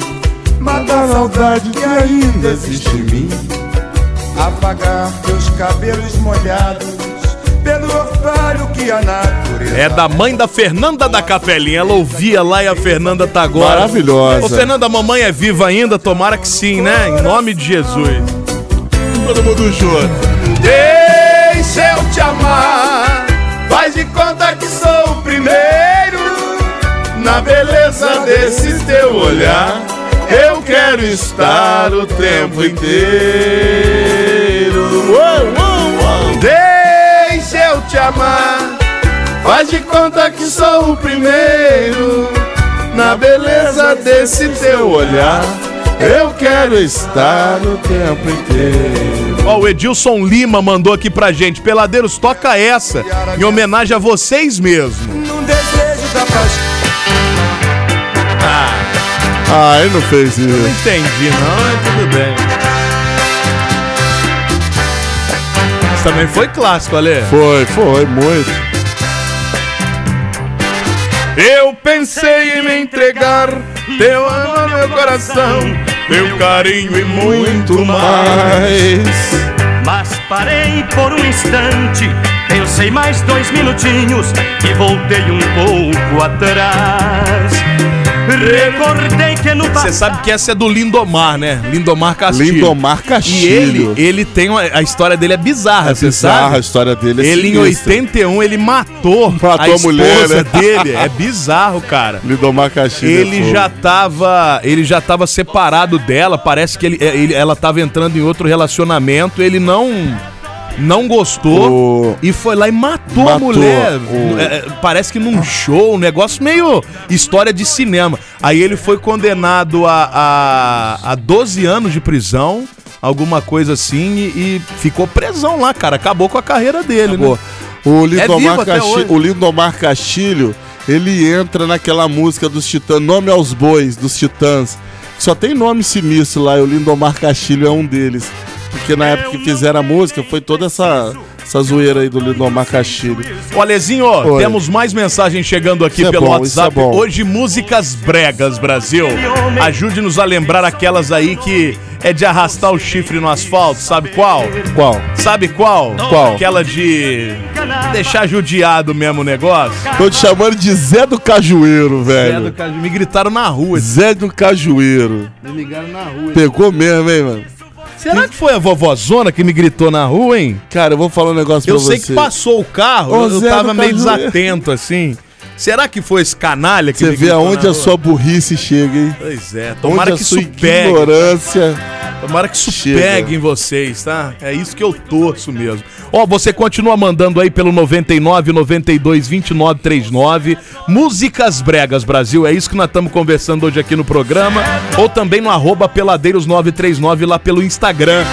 Speaker 4: matar a saudade que ainda existe em mim.
Speaker 13: Apagar teus cabelos molhados pelo orvalho que a natureza.
Speaker 2: É da mãe da Fernanda da Capelinha. Ela ouvia lá e a Fernanda tá agora.
Speaker 4: Maravilhosa.
Speaker 2: Ô, Fernanda, a mamãe é viva ainda? Tomara que sim, né? Em nome de Jesus.
Speaker 4: Todo mundo junto.
Speaker 11: Deixa eu te amar. Faz de conta que sou o primeiro. Na beleza desse teu olhar, eu quero estar o tempo inteiro. Uou, uou, uou. Deixa eu te amar. Faz de conta que sou o primeiro. Na beleza desse teu olhar, eu quero estar o tempo inteiro.
Speaker 2: Ó, o Edilson Lima mandou aqui pra gente. Peladeiros, toca essa. Em homenagem a vocês mesmo.
Speaker 13: Num desejo da paixão.
Speaker 4: Ah, ele não fez
Speaker 2: Não
Speaker 4: isso.
Speaker 2: entendi, não, mas tudo bem. Isso também foi clássico, Ale.
Speaker 4: Foi, foi, muito.
Speaker 11: Eu pensei em me entregar, teu amor, meu coração, teu carinho e muito mais.
Speaker 14: Mas parei por um instante, pensei mais dois minutinhos e voltei um pouco atrás. Recordei que no
Speaker 2: Você sabe que essa é do Lindomar, né? Lindomar Castilho.
Speaker 4: Lindomar Castilho.
Speaker 2: E ele, ele tem uma, a história dele é bizarra,
Speaker 4: É
Speaker 2: você
Speaker 4: bizarra a
Speaker 2: sabe?
Speaker 4: história dele. é
Speaker 2: Ele em
Speaker 4: sinistra.
Speaker 2: 81 ele matou, a
Speaker 4: Matou a
Speaker 2: esposa
Speaker 4: mulher, né?
Speaker 2: dele. É bizarro, cara.
Speaker 4: Lindomar Castilho. é
Speaker 2: Ele
Speaker 4: fogo.
Speaker 2: já tava, ele já tava separado dela, parece que ele, é, ele- ela tava entrando em outro relacionamento, ele não não gostou
Speaker 4: O-
Speaker 2: e foi lá e matou, a
Speaker 4: Matou
Speaker 2: mulher.
Speaker 4: o-
Speaker 2: É, é, parece que num show, um negócio meio história de cinema. Aí ele foi condenado a, a, a 12 anos de prisão, alguma coisa assim, e, e ficou presão lá, cara. Acabou com a carreira dele,
Speaker 4: Pô,
Speaker 2: né?
Speaker 4: o
Speaker 2: É vivo
Speaker 4: Lindomar,
Speaker 2: até
Speaker 4: Casti-
Speaker 2: hoje.
Speaker 4: o Lindomar Castilho, ele entra naquela música dos Titãs, Nome aos Bois, dos Titãs. Só tem nome sinistro lá, e o Lindomar Castilho é um deles. Porque
Speaker 2: É
Speaker 4: na época
Speaker 2: um
Speaker 4: que fizeram a música, foi toda essa, essa zoeira aí do Lindomar Castilho.
Speaker 2: Ô, Alezinho, ó,
Speaker 4: Oi.
Speaker 2: temos mais mensagens chegando aqui
Speaker 4: Isso é
Speaker 2: pelo
Speaker 4: bom, isso é
Speaker 2: WhatsApp.
Speaker 4: bom.
Speaker 2: Hoje, músicas bregas, Brasil. Ajude-nos a lembrar aquelas aí que é de arrastar o chifre no asfalto, sabe qual?
Speaker 4: Qual?
Speaker 2: Sabe qual?
Speaker 4: Qual?
Speaker 2: Aquela de deixar judiado mesmo o negócio.
Speaker 4: Tô te chamando de Zé do Cajueiro,
Speaker 2: É, do
Speaker 4: velho.
Speaker 2: Caju- Me gritaram na rua.
Speaker 4: Zé do Cajueiro.
Speaker 2: Me ligaram na rua.
Speaker 4: Pegou mesmo, hein, mano?
Speaker 2: Será que foi a vovozona que me gritou na rua, hein?
Speaker 4: Cara, eu vou falar um negócio
Speaker 2: Eu
Speaker 4: pra você.
Speaker 2: sei que passou o carro,
Speaker 4: Ô,
Speaker 2: eu
Speaker 4: Zé do
Speaker 2: tava meio
Speaker 4: Cajueiro.
Speaker 2: desatento assim. Será que foi esse canalha que
Speaker 4: Você
Speaker 2: me
Speaker 4: vê
Speaker 2: gritou
Speaker 4: aonde
Speaker 2: na
Speaker 4: a
Speaker 2: rua?
Speaker 4: sua burrice chega, hein?
Speaker 2: Pois é, tomara
Speaker 4: Onde
Speaker 2: que
Speaker 4: a sua
Speaker 2: isso pegue.
Speaker 4: ignorância.
Speaker 2: Tomara que isso
Speaker 4: Chega.
Speaker 2: pegue em vocês, tá? É isso que eu torço mesmo. Ó, você continua mandando aí pelo 99 92 29 39. Músicas Bregas Brasil, é isso que nós estamos conversando hoje aqui no programa. Ou também no arroba peladeiros939 lá pelo Instagram.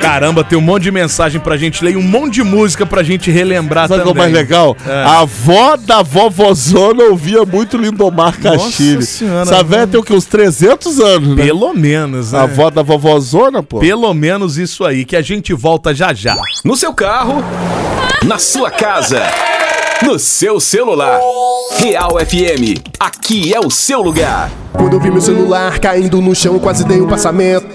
Speaker 2: Caramba, tem um monte de mensagem pra gente ler e um monte de música pra gente relembrar
Speaker 4: Sabe o que é
Speaker 2: também.
Speaker 4: o mais legal?
Speaker 2: É.
Speaker 4: A avó da vovozona ouvia muito Lindomar Castilho.
Speaker 2: Senhora, né?
Speaker 4: Essa velha tem o que? Uns 300 anos, né?
Speaker 2: Pelo menos, né?
Speaker 4: A avó da vovozona, pô.
Speaker 2: Pelo menos isso aí, que a gente volta já já.
Speaker 1: No seu carro, na sua casa, no seu celular. Real FM, aqui é o seu lugar.
Speaker 15: Quando vi meu celular caindo no chão, quase dei um passamento.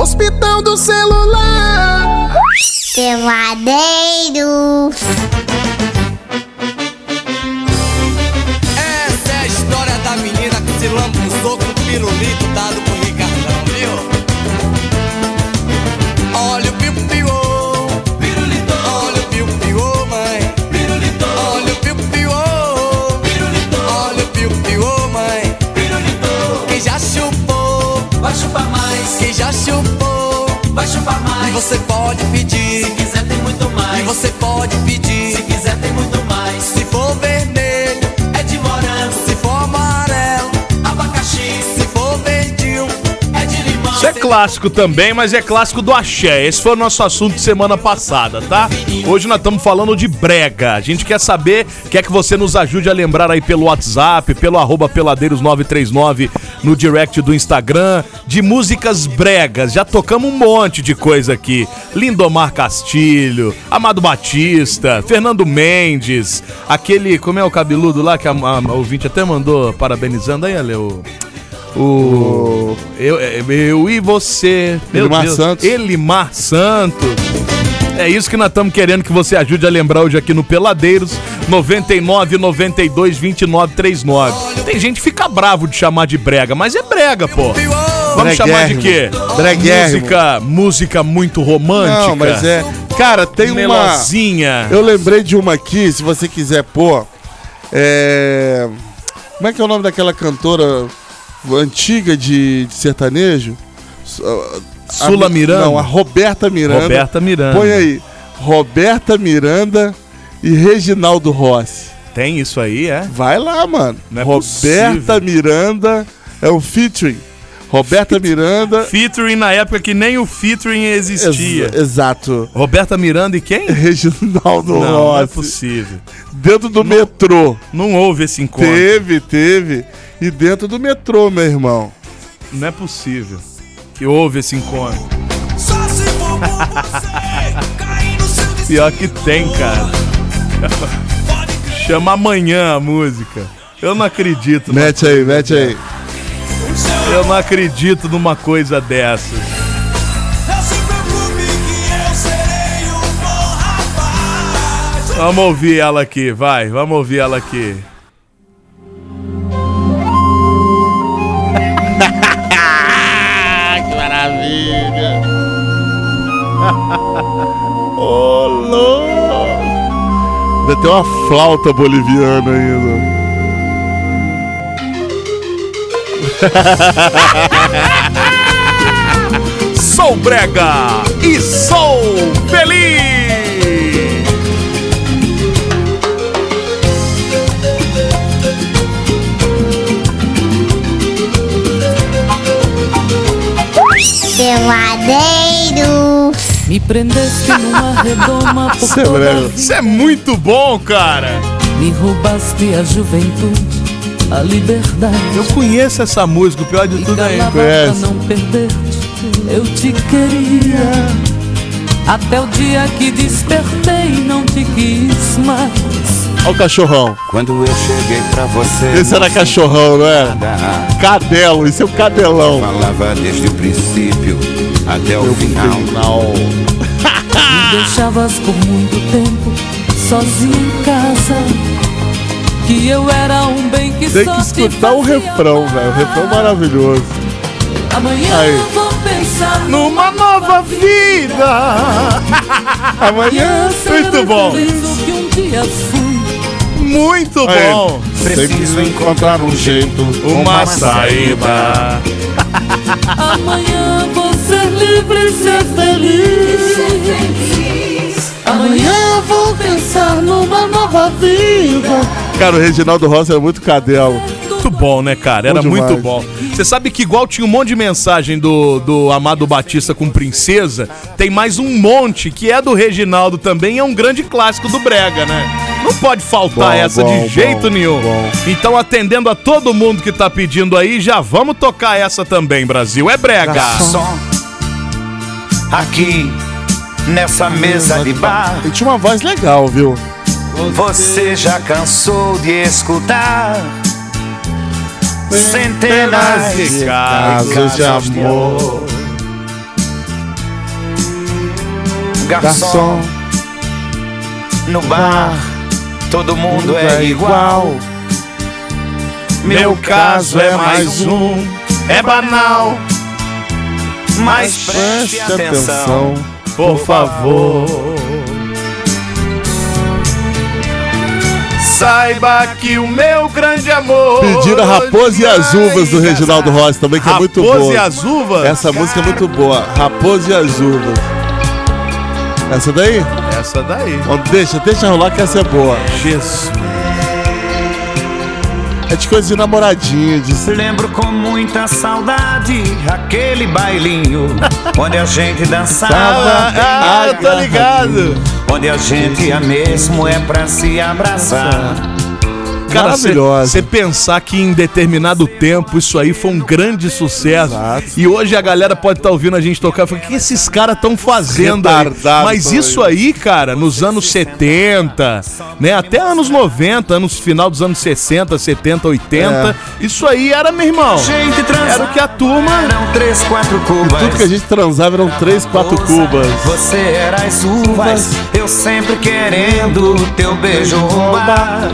Speaker 15: hospital do celular.
Speaker 3: Peladeiros.
Speaker 13: Essa é a história da menina que se lambuzou
Speaker 16: um pirulito dado por Ricardão, viu? Olha o piu-piu, pirulito. Olha o piu-piu, mãe, pirulito. Olha o piu-piu, pirulito. Olha o piu-piu, mãe, pirulito. Quem já chupou, vai chupar mais. Quem já chupou, vai chupar mais. E você pode pedir, se quiser tem muito mais. E você pode pedir, se quiser tem muito mais. Se for vermelho, é de morango. Se for amarelo, abacaxi. Se for verdinho, é de limão.
Speaker 2: Isso é clássico também, mas é clássico do axé. Esse foi o nosso assunto de semana passada, tá? Hoje nós estamos falando de brega. A gente quer saber, quer que você nos ajude a lembrar aí pelo WhatsApp, pelo arroba peladeiros939 no direct do Instagram, de músicas bregas. Já tocamos um monte de coisa aqui. Lindomar Castilho, Amado Batista, Fernando Mendes, aquele, como é o cabeludo lá que a, a, a ouvinte até mandou parabenizando aí, Ale, o... O. Eu, é, eu e você. Meu
Speaker 4: Elimar
Speaker 2: Deus.
Speaker 4: Santos.
Speaker 2: Elimar Santos. É isso que nós estamos querendo que você ajude a lembrar hoje aqui no Peladeiros 99 92 29 39. Tem gente que fica bravo de chamar de brega, mas é brega, pô. Vamos chamar de quê?
Speaker 4: Breguérrimo.
Speaker 2: Música, música muito romântica.
Speaker 4: Não, mas é. Cara, tem uma.
Speaker 2: Melosinha.
Speaker 4: Eu lembrei de uma aqui, se você quiser pôr. É. Como é que é o nome daquela cantora antiga de, de sertanejo? Su- a-
Speaker 2: Sula
Speaker 4: a-
Speaker 2: Miranda?
Speaker 4: Não, a Roberta Miranda.
Speaker 2: Roberta Miranda.
Speaker 4: Põe aí. Roberta Miranda e Reginaldo Rossi.
Speaker 2: Tem isso aí, é?
Speaker 4: Vai lá, mano.
Speaker 2: Não é
Speaker 4: Roberta Miranda é um featuring. Roberta Miranda.
Speaker 2: Featuring na época que nem o featuring existia.
Speaker 4: Ex- exato.
Speaker 2: Roberta Miranda e quem?
Speaker 4: Reginaldo
Speaker 2: Não, não é
Speaker 4: Rossi.
Speaker 2: possível.
Speaker 4: Dentro do metrô.
Speaker 2: Não houve esse encontro.
Speaker 4: Teve, teve. E dentro do metrô, meu irmão.
Speaker 2: Não é possível que houve esse encontro. Pior que tem, cara. Chama amanhã a música. Eu não acredito.
Speaker 4: Mete aí, mete aí.
Speaker 2: Eu não acredito numa coisa dessas. Vamos ouvir ela aqui, vai. Vamos ouvir ela aqui. Ah,
Speaker 4: que maravilha!
Speaker 2: Ô,
Speaker 4: Ainda tem uma flauta boliviana ainda.
Speaker 2: Sou brega e sou feliz.
Speaker 3: Peladeiros.
Speaker 17: Me prendeste numa redoma por
Speaker 2: Isso é
Speaker 17: toda a
Speaker 2: brega.
Speaker 17: vida.
Speaker 2: Isso é muito bom, cara.
Speaker 17: Me roubaste a juventude, a liberdade.
Speaker 2: Eu conheço essa música, o pior de tudo é
Speaker 17: Calava pra não perder-te, eu te queria. Até o dia que despertei, não te quis mais.
Speaker 4: Olha o cachorrão.
Speaker 18: Quando eu cheguei pra você.
Speaker 4: Esse era
Speaker 18: não
Speaker 4: cachorrão, não era?
Speaker 18: nada.
Speaker 4: Cadelo, esse é o cadelão.
Speaker 18: Falava desde o princípio até o final.
Speaker 17: Me deixavas por muito tempo, sozinha em casa. Que eu era um bem que
Speaker 4: Tem
Speaker 17: só
Speaker 4: que
Speaker 17: te
Speaker 4: escutar o refrão, velho. O refrão é maravilhoso.
Speaker 17: Amanhã
Speaker 4: Aí.
Speaker 17: eu vou pensar
Speaker 2: numa nova vida.
Speaker 4: Amanhã, muito bom.
Speaker 17: Isso que um dia fui.
Speaker 2: Muito
Speaker 4: Aí.
Speaker 2: bom.
Speaker 4: Preciso encontrar um jeito,
Speaker 2: Uma saída.
Speaker 17: Amanhã vou ser livre e ser feliz. Amanhã vou pensar numa nova vida.
Speaker 4: Cara, o Reginaldo Rossi era muito cadelo.
Speaker 2: Muito bom, né, cara? Era
Speaker 4: Bom demais.
Speaker 2: muito bom. Você sabe que igual tinha um monte de mensagem do, do Amado Batista com Princesa, tem mais um monte que é do Reginaldo também, é um grande clássico do Brega, né? Não pode faltar
Speaker 4: Bom,
Speaker 2: essa
Speaker 4: bom,
Speaker 2: de jeito
Speaker 4: bom,
Speaker 2: nenhum. Então, atendendo a todo mundo que tá pedindo aí, já vamos tocar essa também, Brasil. É Brega.
Speaker 18: Garçom, Aqui nessa mesa de bar,
Speaker 4: Ele tinha uma voz legal, viu?
Speaker 18: você já cansou de escutar centenas de
Speaker 4: Casos de amor.
Speaker 18: Garçom, no bar, todo mundo é igual.
Speaker 11: é Meu caso é mais um, é banal. Mas preste atenção, por favor. Saiba que o meu grande amor.
Speaker 4: Pediram a Raposa e as Uvas do Reginaldo Rossi também, que é muito boa.
Speaker 2: Raposa e as Uvas?
Speaker 4: Essa música é muito boa. Raposa e as Uvas. Essa daí?
Speaker 2: Essa daí.
Speaker 4: Ó, deixa, deixa rolar que essa é boa.
Speaker 2: Jesus.
Speaker 4: É de coisa de namoradinha, de
Speaker 19: Lembro com muita saudade aquele bailinho onde a gente dançava.
Speaker 2: Ah,
Speaker 19: agarradinho,
Speaker 2: tô ligado.
Speaker 19: Onde a gente ia mesmo é pra se abraçar.
Speaker 2: Cara, você pensar que em determinado tempo isso aí foi um grande sucesso. E hoje a galera pode estar ouvindo a gente tocar e falar, o que esses caras estão fazendo aí?
Speaker 4: Retardado,
Speaker 2: Mas
Speaker 4: doido.
Speaker 2: isso aí, cara, nos anos 70, né? Até anos 90, anos final dos anos 60, 70, 80. Isso aí era, meu irmão. Era o que a turma.
Speaker 19: Três, quatro cubas.
Speaker 4: Tudo que a gente transava eram três, quatro cubas.
Speaker 19: Você era as uvas, eu sempre querendo teu beijo roubar.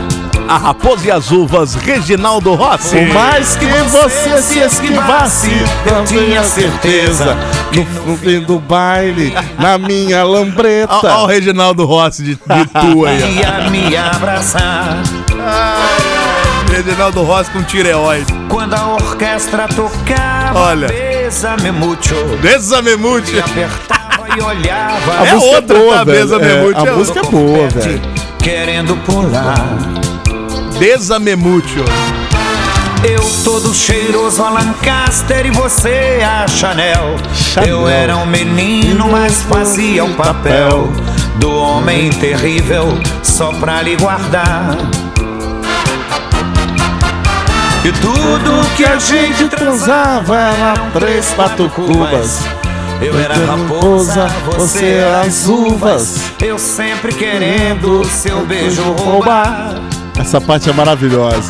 Speaker 2: A Raposa e as Uvas, Reginaldo Rossi.
Speaker 4: Por É. mais que você se esquivasse, eu tinha
Speaker 19: certeza.
Speaker 4: No, no fim do baile, na minha lambreta.
Speaker 2: Olha o Reginaldo Rossi de, de tu é aí.
Speaker 19: Ia me abraçar.
Speaker 2: ó. Reginaldo Rossi com tireoide.
Speaker 19: Quando a orquestra tocava,
Speaker 2: Olha.
Speaker 19: Bésame mucho.
Speaker 2: Bésame mucho.
Speaker 19: E apertava e olhava.
Speaker 4: A
Speaker 2: É
Speaker 4: música
Speaker 2: outra
Speaker 4: é boa,
Speaker 2: cabeça,
Speaker 4: velho.
Speaker 2: meu,
Speaker 4: É,
Speaker 2: muito
Speaker 4: a
Speaker 2: é
Speaker 4: música é
Speaker 2: outra.
Speaker 4: boa, velho.
Speaker 19: Querendo pular.
Speaker 2: Desamemúcio.
Speaker 19: Eu todo cheiroso a Lancaster e você a Chanel. Eu era um menino, mas fazia o papel do homem terrível só pra lhe guardar. E tudo que a gente transava eram
Speaker 4: Três, quatro cubas.
Speaker 19: Eu era raposa, você era as uvas. Eu sempre querendo seu beijo roubar.
Speaker 4: Essa parte é maravilhosa.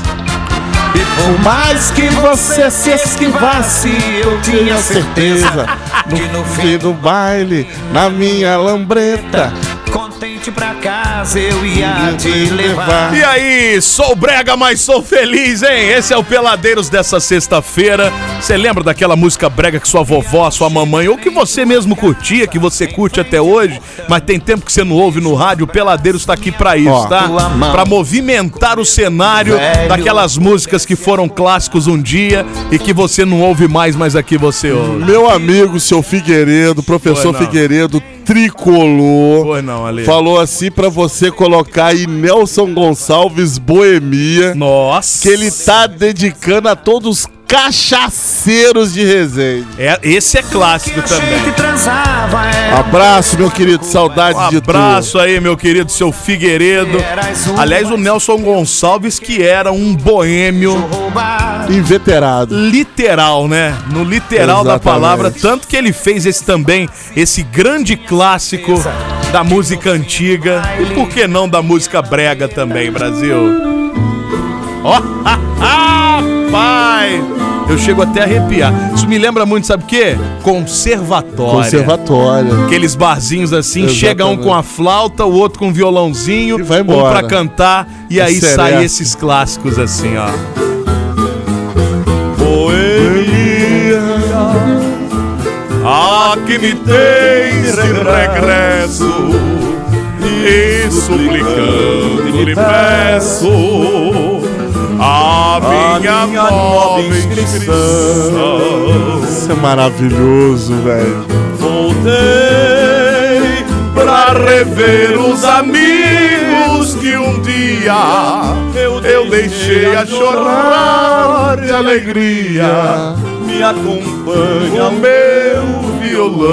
Speaker 19: E por mais que você se esquivasse, eu tinha
Speaker 4: Tenho certeza.
Speaker 19: que no
Speaker 4: No
Speaker 19: fim
Speaker 4: fim do baile, na minha lambreta.
Speaker 19: contente pra casa eu ia te levar.
Speaker 2: E aí, sou brega, mas sou feliz, hein? Esse é o Peladeiros dessa sexta-feira. Você lembra daquela música brega que sua vovó, sua mamãe, ou que você mesmo curtia, que você curte até hoje, mas tem tempo que você não ouve no rádio, o Peladeiros tá aqui pra isso,
Speaker 4: Ó.
Speaker 2: tá? Pra movimentar o cenário daquelas músicas que foram clássicos um dia e que você não ouve mais, mas aqui você ouve.
Speaker 4: Meu amigo, seu Figueiredo, professor
Speaker 2: Foi não.
Speaker 4: Figueiredo, tricolor.
Speaker 2: Foi não, Ale.
Speaker 4: Falou assim pra você colocar aí Nelson Gonçalves Boemia.
Speaker 2: Nossa.
Speaker 4: Que ele tá dedicando a todos os cachaceiros de Resende.
Speaker 2: É, esse é clássico também.
Speaker 19: Que transava é. era
Speaker 4: Abraço, meu querido, saudade
Speaker 2: Um
Speaker 4: de tu.
Speaker 2: abraço aí, meu querido seu Figueiredo. Aliás, o Nelson Gonçalves, que era um boêmio
Speaker 19: roubar.
Speaker 4: Inveterado.
Speaker 2: literal, né? No literal da
Speaker 4: Exatamente.
Speaker 2: palavra, tanto que ele fez esse também, esse grande clássico da música antiga. E por que não da música brega também, Brasil? Ó, rapaz! Eu chego até a arrepiar. Isso me lembra muito, sabe o quê? Conservatório.
Speaker 4: Conservatório.
Speaker 2: Aqueles barzinhos assim,
Speaker 4: Exatamente.
Speaker 2: chega um com a flauta, o outro com o violãozinho,
Speaker 4: E vai
Speaker 2: um
Speaker 4: embora.
Speaker 2: pra cantar, e
Speaker 4: É
Speaker 2: aí
Speaker 4: seresta.
Speaker 2: saem esses clássicos assim, ó. Ah, que me tens de regresso E suplicando lhe peço A minha, nova inscrição
Speaker 4: Isso é maravilhoso, velho.
Speaker 2: Voltei pra rever os amigos que um dia eu deixei a chorar de alegria. Me acompanha o meu violão.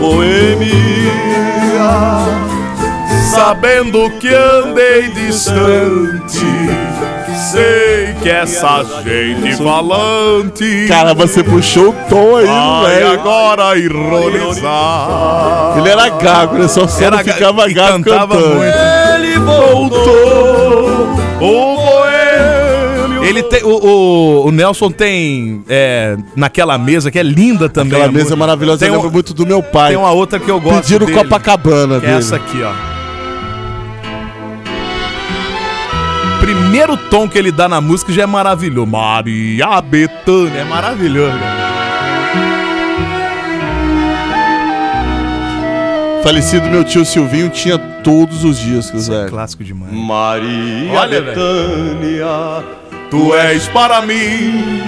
Speaker 2: Boemia, sabendo que andei distante, sei que essa gente falante.
Speaker 4: Cara, você puxou o tom aí,
Speaker 2: Vai
Speaker 4: velho.
Speaker 2: agora ironizar.
Speaker 4: Ele era gago, ele só, só não
Speaker 2: ga-
Speaker 4: ficava
Speaker 2: e
Speaker 4: gago
Speaker 2: cantava
Speaker 4: cantando.
Speaker 2: Ele voltou, o boêmio. Ele tem, o, o, o Nelson tem é, naquela mesa que é linda também.
Speaker 4: Aquela
Speaker 2: a
Speaker 4: mesa
Speaker 2: música.
Speaker 4: é maravilhosa,
Speaker 2: Tem,
Speaker 4: eu lembro
Speaker 2: um,
Speaker 4: muito do meu pai.
Speaker 2: tem uma outra que é eu gosto.
Speaker 4: Pediram
Speaker 2: dele,
Speaker 4: Copacabana
Speaker 2: que é
Speaker 4: dele.
Speaker 2: essa aqui, ó. primeiro tom que ele dá na música já é maravilhoso. Maria Bethânia, é maravilhoso. cara.
Speaker 4: Falecido meu tio Silvinho tinha todos os discos, velho.
Speaker 2: é clássico demais.
Speaker 4: Maria
Speaker 11: Olha, Betânia, tu és para mim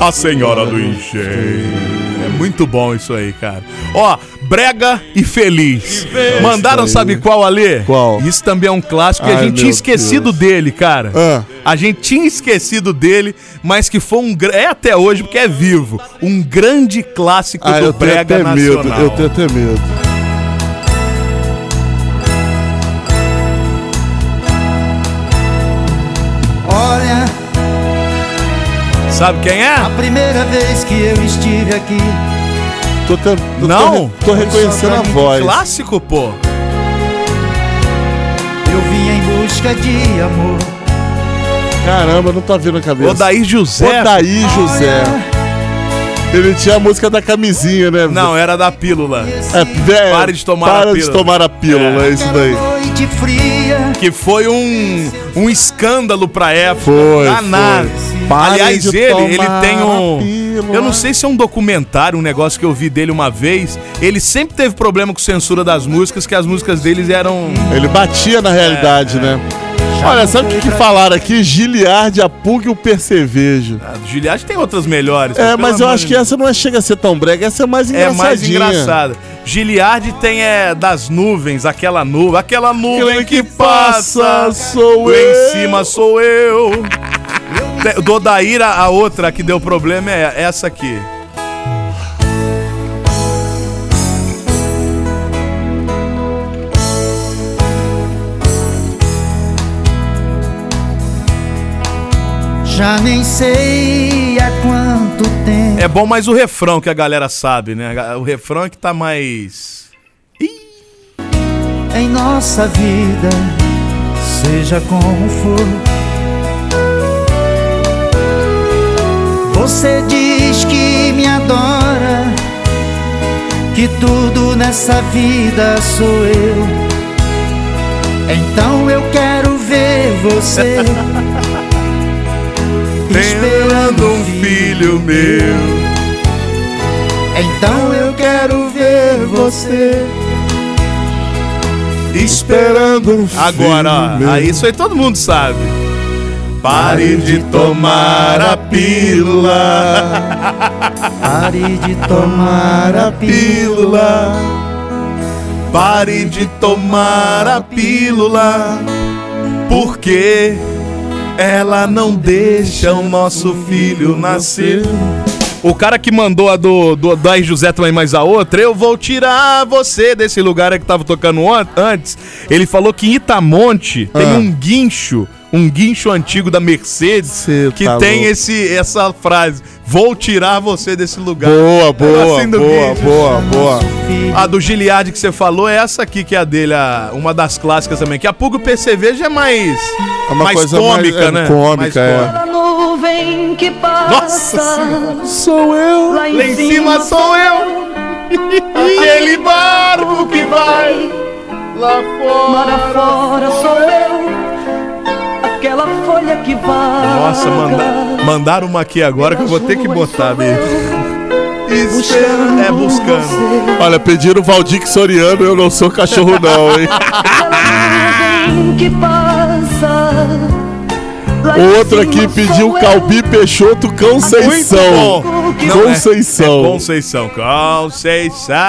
Speaker 2: A Senhora do Engenho. É muito bom isso aí, cara. Ó, brega e feliz.
Speaker 11: feliz.
Speaker 2: Mandaram,
Speaker 11: Isso aí.
Speaker 2: sabe qual ali?
Speaker 4: Qual?
Speaker 2: Isso também é um clássico que a
Speaker 4: Ai,
Speaker 2: gente tinha
Speaker 4: meu Ah.
Speaker 2: esquecido dele, cara. A gente tinha esquecido dele, mas que foi um. gra- É até hoje, porque é vivo. Um grande clássico
Speaker 4: Ah,
Speaker 2: do
Speaker 4: eu tenho
Speaker 2: brega
Speaker 4: até medo,
Speaker 2: nacional.
Speaker 4: eu tenho até medo.
Speaker 16: Olha,
Speaker 2: Sabe quem é?
Speaker 16: a primeira vez que eu estive aqui,
Speaker 4: Tô, te- tô-
Speaker 2: Não?
Speaker 4: tô re- tô reconhecendo a voz.
Speaker 2: Clássico, pô.
Speaker 16: eu vim em busca de amor.
Speaker 4: Caramba, não tá vindo a cabeça.
Speaker 2: Odair José.
Speaker 4: Odair José. Ele tinha a música da camisinha, né?
Speaker 2: Não, era da pílula.
Speaker 4: É, velho,
Speaker 2: Pare de tomar
Speaker 4: para
Speaker 2: a
Speaker 4: de
Speaker 2: pílula.
Speaker 4: tomar a pílula, é isso daí.
Speaker 16: Noite fria,
Speaker 2: Que foi um, um escândalo pra época.
Speaker 4: Foi,
Speaker 2: danado.
Speaker 4: foi. Parem
Speaker 2: Aliás,
Speaker 4: de
Speaker 2: ele,
Speaker 4: tomar
Speaker 2: ele tem
Speaker 4: a
Speaker 2: um.
Speaker 4: pílula.
Speaker 2: Eu não sei se é um documentário, um negócio que eu vi dele uma vez. Ele sempre teve problema com censura das músicas, que as músicas deles eram.
Speaker 4: Ele batia na realidade,
Speaker 2: É,
Speaker 4: né? Olha, sabe o que, que falaram aqui? Giliard, a Pug e o Percevejo.
Speaker 2: A Giliard tem outras melhores.
Speaker 4: É,
Speaker 2: Ah, pelo
Speaker 4: mas eu
Speaker 2: amor
Speaker 4: acho
Speaker 2: de
Speaker 4: que essa não é, chega a ser tão brega, essa é mais
Speaker 2: É
Speaker 4: engraçadinha.
Speaker 2: mais engraçada. Giliard tem é das nuvens, aquela nuvem, aquela nuvem que, passa, sou eu. Em cima sou eu. Te- Do Odaíra, a outra que deu problema é essa aqui.
Speaker 16: já nem sei é há quanto tempo.
Speaker 2: É bom, mas o refrão que a galera sabe, né? O refrão é que tá mais.
Speaker 16: em nossa vida, seja como for. Você diz que me adora, que tudo nessa vida sou eu. Então eu quero ver você
Speaker 2: esperando um filho meu.
Speaker 16: Então eu quero ver você
Speaker 4: Esperando um
Speaker 2: Agora, ó, aí Ah, isso aí todo mundo sabe. Pare de tomar a pílula.
Speaker 16: Pare de tomar a
Speaker 2: pílula. Pare de tomar a pílula. Porque ela não deixa o nosso filho nascer. O cara que mandou a do, do da José também mais a outra, eu vou tirar você desse lugar aí que tava tocando on- antes. Ele falou que em Itamonte tem
Speaker 4: Ah.
Speaker 2: um guincho, um guincho antigo da Mercedes
Speaker 4: Cê
Speaker 2: que
Speaker 4: tá
Speaker 2: tem
Speaker 4: louco.
Speaker 2: esse essa frase: "Vou tirar você desse lugar".
Speaker 4: Boa,
Speaker 2: Era
Speaker 4: boa,
Speaker 2: assim do
Speaker 4: boa,
Speaker 2: guincho.
Speaker 4: boa, boa.
Speaker 2: A do Giliard que você falou é essa aqui que é a dele, a- uma das clássicas também. Que a Pugo Perceveja é mais
Speaker 4: É uma
Speaker 2: mais
Speaker 4: coisa
Speaker 2: cômica,
Speaker 4: mais- é
Speaker 2: né?
Speaker 4: cômica,
Speaker 2: Mais
Speaker 4: é.
Speaker 2: cômica.
Speaker 20: A nuvem que passa.
Speaker 4: Sou eu.
Speaker 20: Lá em,
Speaker 11: Lá em cima sou eu. E ele barco que vai lá fora.
Speaker 20: Lá fora sou eu. Aquela folha que vaga.
Speaker 2: Nossa, manda- mandaram uma aqui agora que eu vou ter que botar, bicho. Espera, é buscando.
Speaker 4: Olha, pediram o Valdir Soriano, eu não sou cachorro não, hein?
Speaker 20: Nuvem que passa. Lá em
Speaker 4: Outro
Speaker 20: cima
Speaker 4: aqui
Speaker 20: sou
Speaker 4: pediu
Speaker 20: eu.
Speaker 4: Calbi Peixoto Conceição.
Speaker 2: Muito bom. Não, é-
Speaker 4: Conceição.
Speaker 2: é Conceição. Conceição,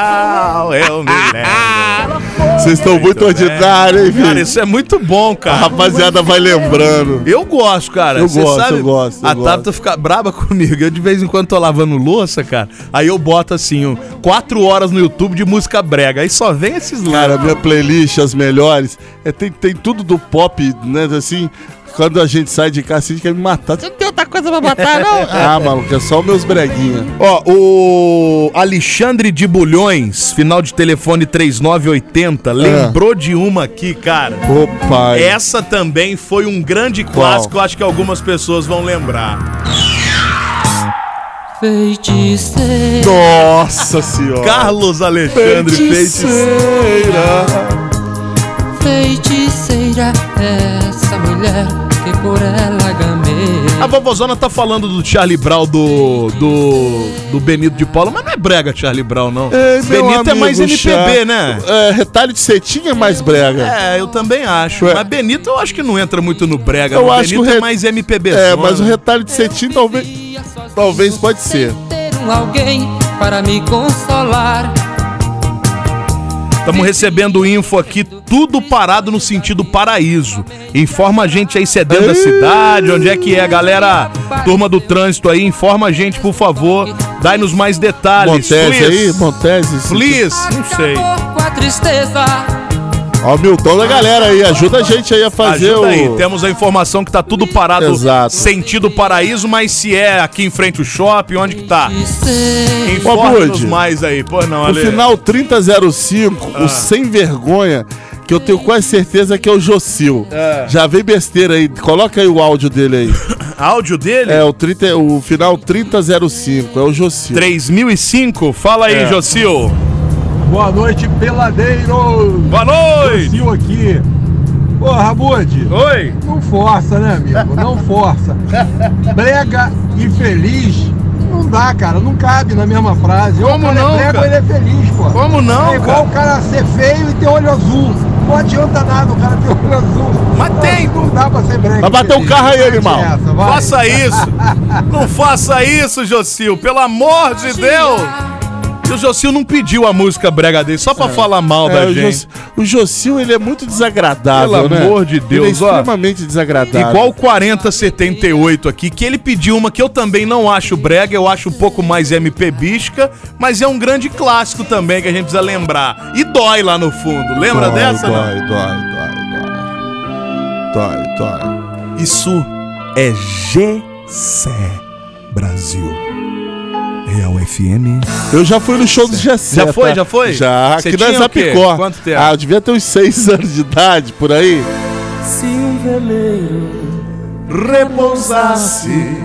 Speaker 2: eu me lembro.
Speaker 4: Vocês estão muito ordinários, hein,
Speaker 2: Cara,
Speaker 4: filho?
Speaker 2: isso é muito bom, cara.
Speaker 4: A rapaziada vai lembrando.
Speaker 2: Eu gosto, cara.
Speaker 4: Eu
Speaker 2: Você
Speaker 4: gosto,
Speaker 2: sabe,
Speaker 4: eu gosto, eu
Speaker 2: a
Speaker 4: gosto.
Speaker 2: Tabata fica braba comigo. Eu de vez em quando tô lavando louça, cara. Aí eu boto assim, um, quatro horas no YouTube de música brega. Aí só vem esses lá.
Speaker 4: Cara, minha playlist, as melhores. É, tem, tem tudo do pop, né? Assim, quando a gente sai de casa, a gente quer me matar. Você não tem outra Tá coisa pra matar, não? ah, maluco, é só meus breguinhos.
Speaker 2: Ó, o Alexandre de Bulhões, final de telefone 3980, lembrou de uma aqui, cara.
Speaker 4: Ah. Opa.
Speaker 2: Essa também foi um grande clássico, acho que algumas pessoas vão lembrar.
Speaker 17: Feiticeira.
Speaker 4: Nossa senhora.
Speaker 2: Carlos Alexandre Feiticeira.
Speaker 17: Feiticeira é essa mulher que por ela
Speaker 4: Hum.
Speaker 17: gamei.
Speaker 2: A vovozona tá falando do Charlie Brown do, do, do Benito de Paula, mas não é brega Charlie Brown, não.
Speaker 4: Ei, meu
Speaker 2: Benito é
Speaker 4: amigo
Speaker 2: mais MPB,
Speaker 4: chato.
Speaker 2: né?
Speaker 4: É, retalho de setinha é mais brega.
Speaker 2: É, eu também acho.
Speaker 4: Ué.
Speaker 2: Mas Benito eu acho que não entra muito no brega.
Speaker 4: Eu
Speaker 2: não.
Speaker 4: acho que
Speaker 2: Benito
Speaker 4: o re-
Speaker 2: é mais MPB.
Speaker 4: É, mas o retalho de cetim talvez. Talvez pode ser.
Speaker 17: Ter um alguém para me consolar.
Speaker 2: Estamos recebendo info aqui, tudo parado no sentido paraíso. Informa a gente aí se é dentro da cidade, onde é que é, galera. Turma do trânsito aí, informa a gente, por favor. Dai-nos mais detalhes.
Speaker 4: Montese aí,
Speaker 2: please.
Speaker 4: Montese. esse-
Speaker 2: Please. Não sei.
Speaker 17: Com a tristeza,
Speaker 4: Ó, o Milton da galera aí, ajuda a gente aí a fazer
Speaker 2: Ajuda
Speaker 4: o.
Speaker 2: aí, temos a informação que tá tudo parado
Speaker 4: Exato.
Speaker 2: sentido paraíso, mas se é aqui em frente ao shopping, onde que tá? Informa-nos
Speaker 4: Bud.
Speaker 2: mais aí. Pô, não,
Speaker 4: No
Speaker 2: Ale.
Speaker 4: final 3005,
Speaker 2: Ah.
Speaker 4: o Sem Vergonha, que eu tenho quase certeza que é o Jocil.
Speaker 2: É.
Speaker 4: Já veio besteira aí, coloca aí o áudio dele aí.
Speaker 2: Áudio dele?
Speaker 4: É, o, 30, o final 3005, é o Jocil.
Speaker 2: 3005? Fala aí,
Speaker 4: É.
Speaker 2: Jocil.
Speaker 21: Boa noite, peladeiros!
Speaker 2: Boa noite!
Speaker 21: Brasil aqui. Ô, Rabude.
Speaker 2: Oi!
Speaker 21: Não força, né, amigo? Não força. Brega e feliz não dá, cara. Não cabe na mesma frase. Ou o
Speaker 2: Como
Speaker 21: cara
Speaker 2: não,
Speaker 21: é brega
Speaker 2: cara?
Speaker 21: ou ele é feliz, pô.
Speaker 2: Como não,
Speaker 21: É igual
Speaker 2: cara?
Speaker 21: o cara ser feio e ter olho azul. Não adianta nada o cara ter olho azul. Mas tem! Não dá pra ser brega.
Speaker 4: Vai
Speaker 21: e
Speaker 4: bater o
Speaker 21: feliz.
Speaker 4: carro aí,
Speaker 21: Não
Speaker 4: animal.
Speaker 21: adianta, vai.
Speaker 2: Faça isso! não faça isso, Jocil, pelo amor de Deus! E o Jocil não pediu a música brega dele, só pra falar mal
Speaker 4: É,
Speaker 2: da
Speaker 4: o,
Speaker 2: gente.
Speaker 4: Joci- o Jocil, ele é muito desagradável,
Speaker 2: Pelo
Speaker 4: né?
Speaker 2: amor de Deus,
Speaker 4: ele é
Speaker 2: ó.
Speaker 4: extremamente desagradável.
Speaker 2: Igual o 4078 aqui, que ele pediu uma que eu também não acho brega, eu acho um pouco mais MPBística, mas é um grande clássico também que a gente precisa lembrar. E dói lá no fundo, lembra
Speaker 4: Dói,
Speaker 2: dessa? não?
Speaker 4: Dói, dói, dói, dói. Dói, dói.
Speaker 2: Isso é GC Brasil. Real FM.
Speaker 4: Eu já fui no show do Gessé.
Speaker 2: Já foi,
Speaker 4: tá?
Speaker 2: já foi?
Speaker 4: Já,
Speaker 2: Você
Speaker 4: aqui
Speaker 2: tinha
Speaker 4: na
Speaker 2: o quê?
Speaker 4: Zapicó.
Speaker 2: Quanto tempo?
Speaker 4: Ah, eu devia ter uns 6 anos de idade, por aí.
Speaker 16: Se um veleiro
Speaker 4: repousasse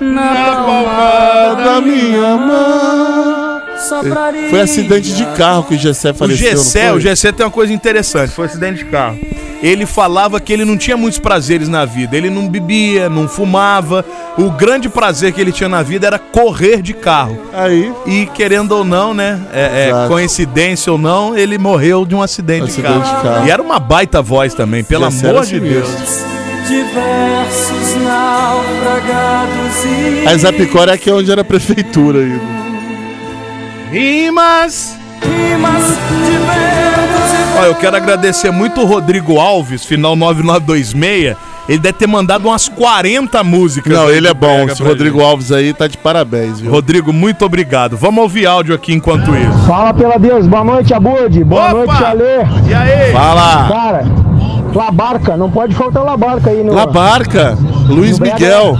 Speaker 16: na palma da minha mão, sopraria.
Speaker 4: Foi acidente de carro que o Gessé
Speaker 2: O
Speaker 4: faleceu. não
Speaker 2: Gessé,
Speaker 4: foi?
Speaker 2: o Gessé tem uma coisa interessante, foi um acidente de carro. Ele falava que ele não tinha muitos prazeres na vida, ele não bebia, não fumava. O grande prazer que ele tinha na vida era correr de carro.
Speaker 4: Aí.
Speaker 2: E querendo ou não, né? é- é,
Speaker 4: Exato.
Speaker 2: coincidência ou não, ele morreu de um acidente,
Speaker 4: Acidente
Speaker 2: de, carro.
Speaker 4: de carro.
Speaker 2: E era uma baita voz também, pelo
Speaker 4: Gessé
Speaker 2: amor
Speaker 4: era
Speaker 2: de
Speaker 4: sinistro.
Speaker 2: Deus.
Speaker 16: Diversos naufragados e
Speaker 4: A Zapicó
Speaker 2: é
Speaker 4: era aqui onde era a prefeitura ainda.
Speaker 2: Rimas!
Speaker 16: rimas de ventos
Speaker 2: Olha, eu quero agradecer muito o Rodrigo Alves, final 9926. Ele deve ter mandado umas 40 músicas.
Speaker 4: Não,
Speaker 2: aí
Speaker 4: ele é
Speaker 2: de
Speaker 4: bom.
Speaker 2: brega
Speaker 4: Esse
Speaker 2: pra
Speaker 4: Rodrigo Alves aí tá de parabéns, viu?
Speaker 2: Rodrigo, muito obrigado. Vamos ouvir áudio aqui enquanto isso.
Speaker 22: Fala pela Deus, boa noite, Abude. Boa noite, Ale.
Speaker 2: E aí?
Speaker 4: Fala!
Speaker 22: Cara, Labarca, não pode faltar Labarca aí, no
Speaker 4: Labarca!
Speaker 22: no
Speaker 4: Luiz
Speaker 22: brega.
Speaker 4: Miguel!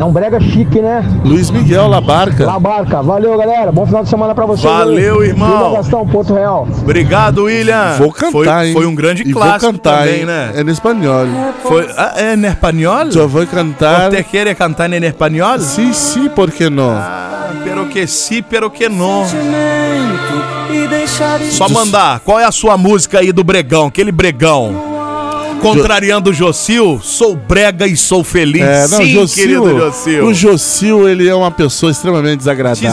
Speaker 22: É um brega chique, né?
Speaker 4: Luiz Miguel, Labarca!
Speaker 22: Labarca, valeu, galera. Bom final de semana pra vocês.
Speaker 2: Valeu,
Speaker 22: aí.
Speaker 2: irmão.
Speaker 22: Viva Gastão, Porto Real.
Speaker 2: Obrigado, William.
Speaker 4: Vou cantar,
Speaker 2: foi,
Speaker 4: hein?
Speaker 2: Foi um grande
Speaker 4: E
Speaker 2: clássico
Speaker 4: vou cantar,
Speaker 2: também,
Speaker 4: hein?
Speaker 2: né?
Speaker 4: É no espanhol.
Speaker 2: Foi, ah, é em espanhol?
Speaker 4: Só vou cantar.
Speaker 2: Você quer cantar em espanhol?
Speaker 4: Sim, sim, por que não?
Speaker 2: Ah, pero que sí, pero que não.
Speaker 16: sentimento e deixar
Speaker 2: Só mandar. Qual é a sua música aí do Bregão? Aquele Bregão. Contrariando o Jocil, sou brega e sou feliz.
Speaker 4: É, não,
Speaker 2: Sim,
Speaker 4: Jocil,
Speaker 2: querido Jocil.
Speaker 4: O Jocil, ele é uma pessoa extremamente desagradável.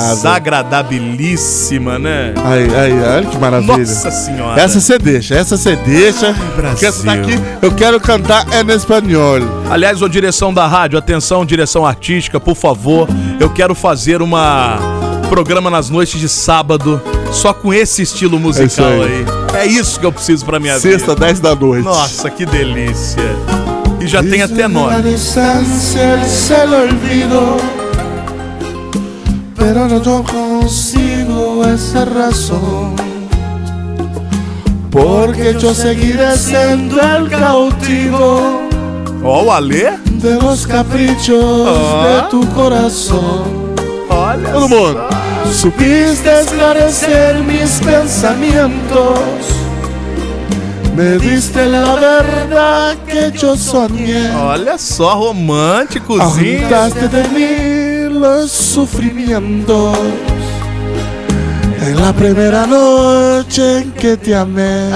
Speaker 2: Desagradabilíssima, né?
Speaker 4: Aí, aí, olha que maravilha.
Speaker 2: Nossa senhora.
Speaker 4: Essa você deixa, essa você deixa. Porque essa tá daqui eu quero cantar em espanhol.
Speaker 2: Aliás, ô direção da rádio, atenção, direção artística, por favor. Eu quero fazer uma programa nas noites de sábado, só com esse estilo musical
Speaker 4: É isso
Speaker 2: aí. É isso que eu preciso pra minha
Speaker 4: Sexta,
Speaker 2: vida.
Speaker 4: 10 da noite.
Speaker 2: Nossa, que delícia. E já tem até nós.
Speaker 16: se lo olvido Pero no yo consigo esa razón Porque yo seguiré siendo el cautivo
Speaker 2: Ó, o Alê.
Speaker 16: De los caprichos de tu corazón
Speaker 2: Olha.
Speaker 4: Todo mundo.
Speaker 16: Supiste esclarecer mis pensamientos Me diste la verdad que yo soñé
Speaker 2: Olha só, românticozinho.
Speaker 16: Juntaste de mí los sufrimientos en la primera noche en que te amé.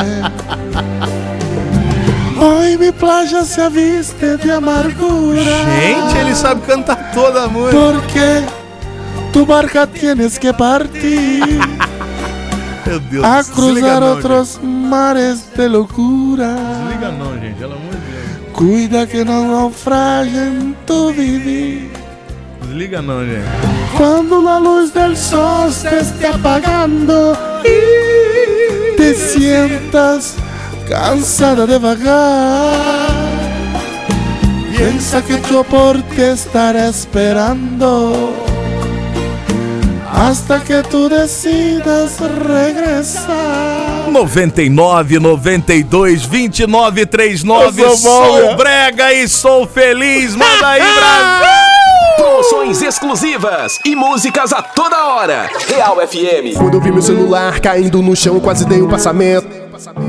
Speaker 4: Ai, me plaja se a vista de amargura.
Speaker 2: Gente, ele sabe cantar toda a música.
Speaker 4: Porque tu barca tienes que partir.
Speaker 2: Meu Deus,
Speaker 4: a
Speaker 2: desliga
Speaker 4: cruzar
Speaker 2: não,
Speaker 4: outros mares de loucura.
Speaker 2: gente. Desliga não, gente, pelo amor de Deus.
Speaker 4: Cuida que não naufrague em tu vivir.
Speaker 2: Desliga não, gente.
Speaker 4: Quando la luz del sol se esté apagando y te sientas cansada de vagar, piensa que yo por ti estaré esperando hasta que tú decidas regresar.
Speaker 2: 99 92 29 39
Speaker 4: Eu
Speaker 2: sou,
Speaker 4: sou bom, né?
Speaker 2: brega e sou feliz. Manda aí,
Speaker 4: Ah!
Speaker 2: Brasil!
Speaker 1: Promoções exclusivas e músicas a toda hora. Real FM.
Speaker 15: Quando eu vi meu celular caindo no chão, quase dei um passamento.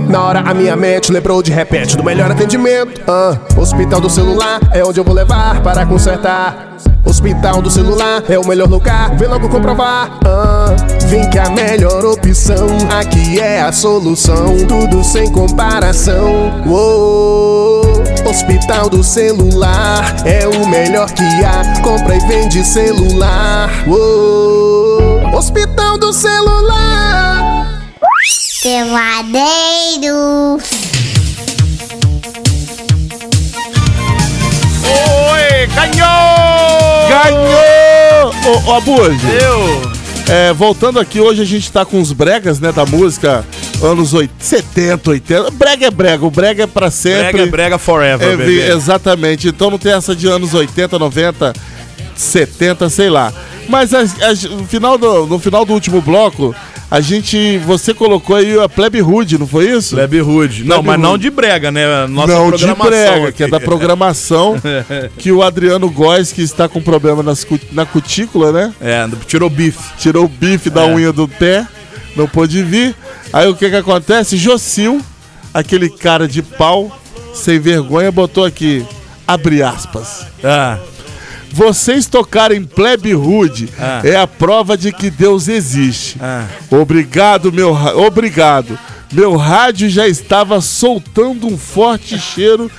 Speaker 15: Na hora a minha mente lembrou de repente do melhor atendimento. Ah, hospital do celular é onde eu vou levar para consertar. Hospital do celular é o melhor lugar, vem logo comprovar. Ah, vem que a melhor opção aqui é a solução, tudo sem comparação. Uou. Hospital do celular é o melhor que há, compra e vende celular. Uou. Hospital do celular.
Speaker 3: Peladeiro.
Speaker 2: Oi, ganhou!
Speaker 4: Ganhou! Ô, ô Abude.
Speaker 2: Eu!
Speaker 4: É, voltando aqui, hoje a gente tá com os bregas, né, da música anos 80, 70, 80. Brega é brega, o brega é pra sempre.
Speaker 2: Brega é brega forever,
Speaker 4: É, vi-
Speaker 2: bebê.
Speaker 4: Exatamente, então não tem essa de anos 80, 90, 70, sei lá. Mas as- as- no, final do, no final do último bloco, a gente, você colocou aí a Plebe Hood, não foi isso?
Speaker 2: Plebe Hood. Não,
Speaker 4: Plebe
Speaker 2: mas não
Speaker 4: Hood.
Speaker 2: de brega, né? Nossa
Speaker 4: não de
Speaker 2: programação.
Speaker 4: brega,
Speaker 2: aqui.
Speaker 4: que é da programação que o Adriano Góes, que está com problema nas cu- na cutícula, né?
Speaker 2: É, tirou bife.
Speaker 4: tirou o bife da
Speaker 2: É.
Speaker 4: unha do pé, não pôde vir. Aí o que que acontece? Jocil, aquele cara de pau, sem vergonha, botou aqui, abre aspas.
Speaker 2: Ah.
Speaker 4: Vocês tocarem Plebe Rude
Speaker 2: Ah.
Speaker 4: é a prova de que Deus existe.
Speaker 2: Ah.
Speaker 4: Obrigado, meu ra- obrigado. Meu rádio já estava soltando um forte cheiro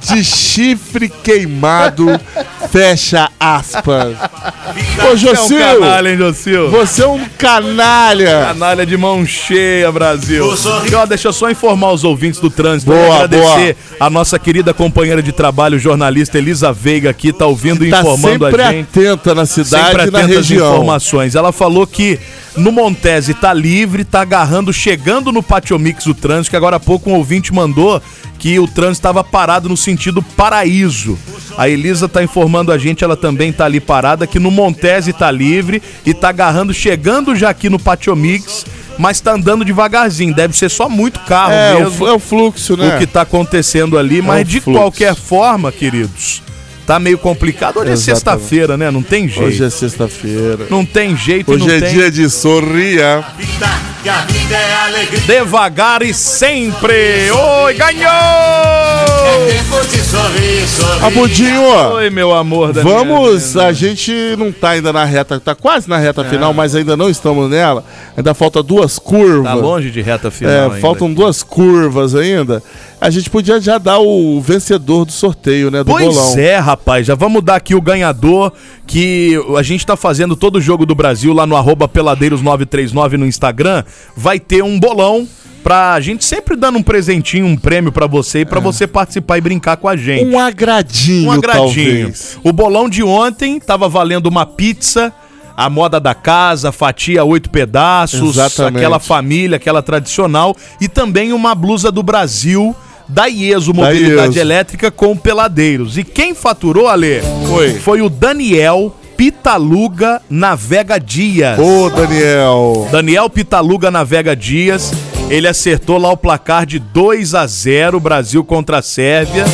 Speaker 4: de chifre queimado. Fecha aspas. Ô, Jocil,
Speaker 2: Você é um canalha, hein, Jocil?
Speaker 4: você é um canalha.
Speaker 2: Canalha de mão cheia, Brasil. E, ó, deixa eu só informar os ouvintes do trânsito.
Speaker 4: Boa,
Speaker 2: e agradecer a nossa querida companheira de trabalho, jornalista Elisa Veiga, que tá ouvindo e
Speaker 4: Tá
Speaker 2: informando
Speaker 4: sempre
Speaker 2: a gente.
Speaker 4: atenta na cidade e na
Speaker 2: atenta às
Speaker 4: região.
Speaker 2: informações. Ela falou que no Montese tá livre, tá agarrando, chegando no Patio Mix o trânsito, que agora há pouco um ouvinte mandou que o trânsito estava parado no sentido paraíso. A Elisa tá informando a gente, ela também tá ali parada, que no Montese tá livre e tá agarrando, chegando já aqui no Patio Mix, mas tá andando devagarzinho. Deve ser só muito carro
Speaker 4: É, o,
Speaker 2: mesmo
Speaker 4: flu- é o fluxo, né?
Speaker 2: o que tá acontecendo ali, mas
Speaker 4: um
Speaker 2: de
Speaker 4: fluxo.
Speaker 2: qualquer forma, queridos, tá meio complicado. Hoje é
Speaker 4: Exatamente.
Speaker 2: sexta-feira, né? Não tem jeito.
Speaker 4: Hoje é sexta-feira.
Speaker 2: Não tem jeito,
Speaker 4: Hoje
Speaker 2: não
Speaker 4: é
Speaker 2: tem.
Speaker 4: dia de sorria.
Speaker 2: Devagar e sempre. Oi, ganhou!
Speaker 4: Abudinho, ó.
Speaker 2: Oi, meu amor da minha
Speaker 4: Vamos,
Speaker 2: vida.
Speaker 4: a gente não tá ainda na reta, tá quase na
Speaker 2: É.
Speaker 4: reta final, mas ainda não estamos nela. Ainda falta duas curvas.
Speaker 2: Tá longe de reta final
Speaker 4: É,
Speaker 2: ainda.
Speaker 4: faltam duas curvas ainda. A gente podia já dar o vencedor do sorteio, né? Do
Speaker 2: Pois
Speaker 4: bolão.
Speaker 2: é, rapaz, já vamos dar aqui o ganhador que a gente tá fazendo todo o jogo do Brasil lá no arroba peladeiros939 no Instagram. Vai ter um bolão pra gente sempre dando um presentinho, um prêmio pra você e pra você participar e brincar com a gente.
Speaker 4: É. Um agradinho,
Speaker 2: Um agradinho.
Speaker 4: talvez.
Speaker 2: O bolão de ontem tava valendo uma pizza, a moda da casa, fatia oito pedaços,
Speaker 4: Exatamente.
Speaker 2: aquela família, aquela tradicional, e também uma blusa do Brasil da IESO Mobilidade
Speaker 4: IESO.
Speaker 2: Elétrica com peladeiros. E quem faturou, Ale?
Speaker 4: Foi.
Speaker 2: Foi o Daniel Pitaluga Navega Dias.
Speaker 4: Ô, Daniel.
Speaker 2: Daniel Pitaluga Navega Dias. Ele acertou lá o placar de 2 a 0 Brasil contra a Sérvia.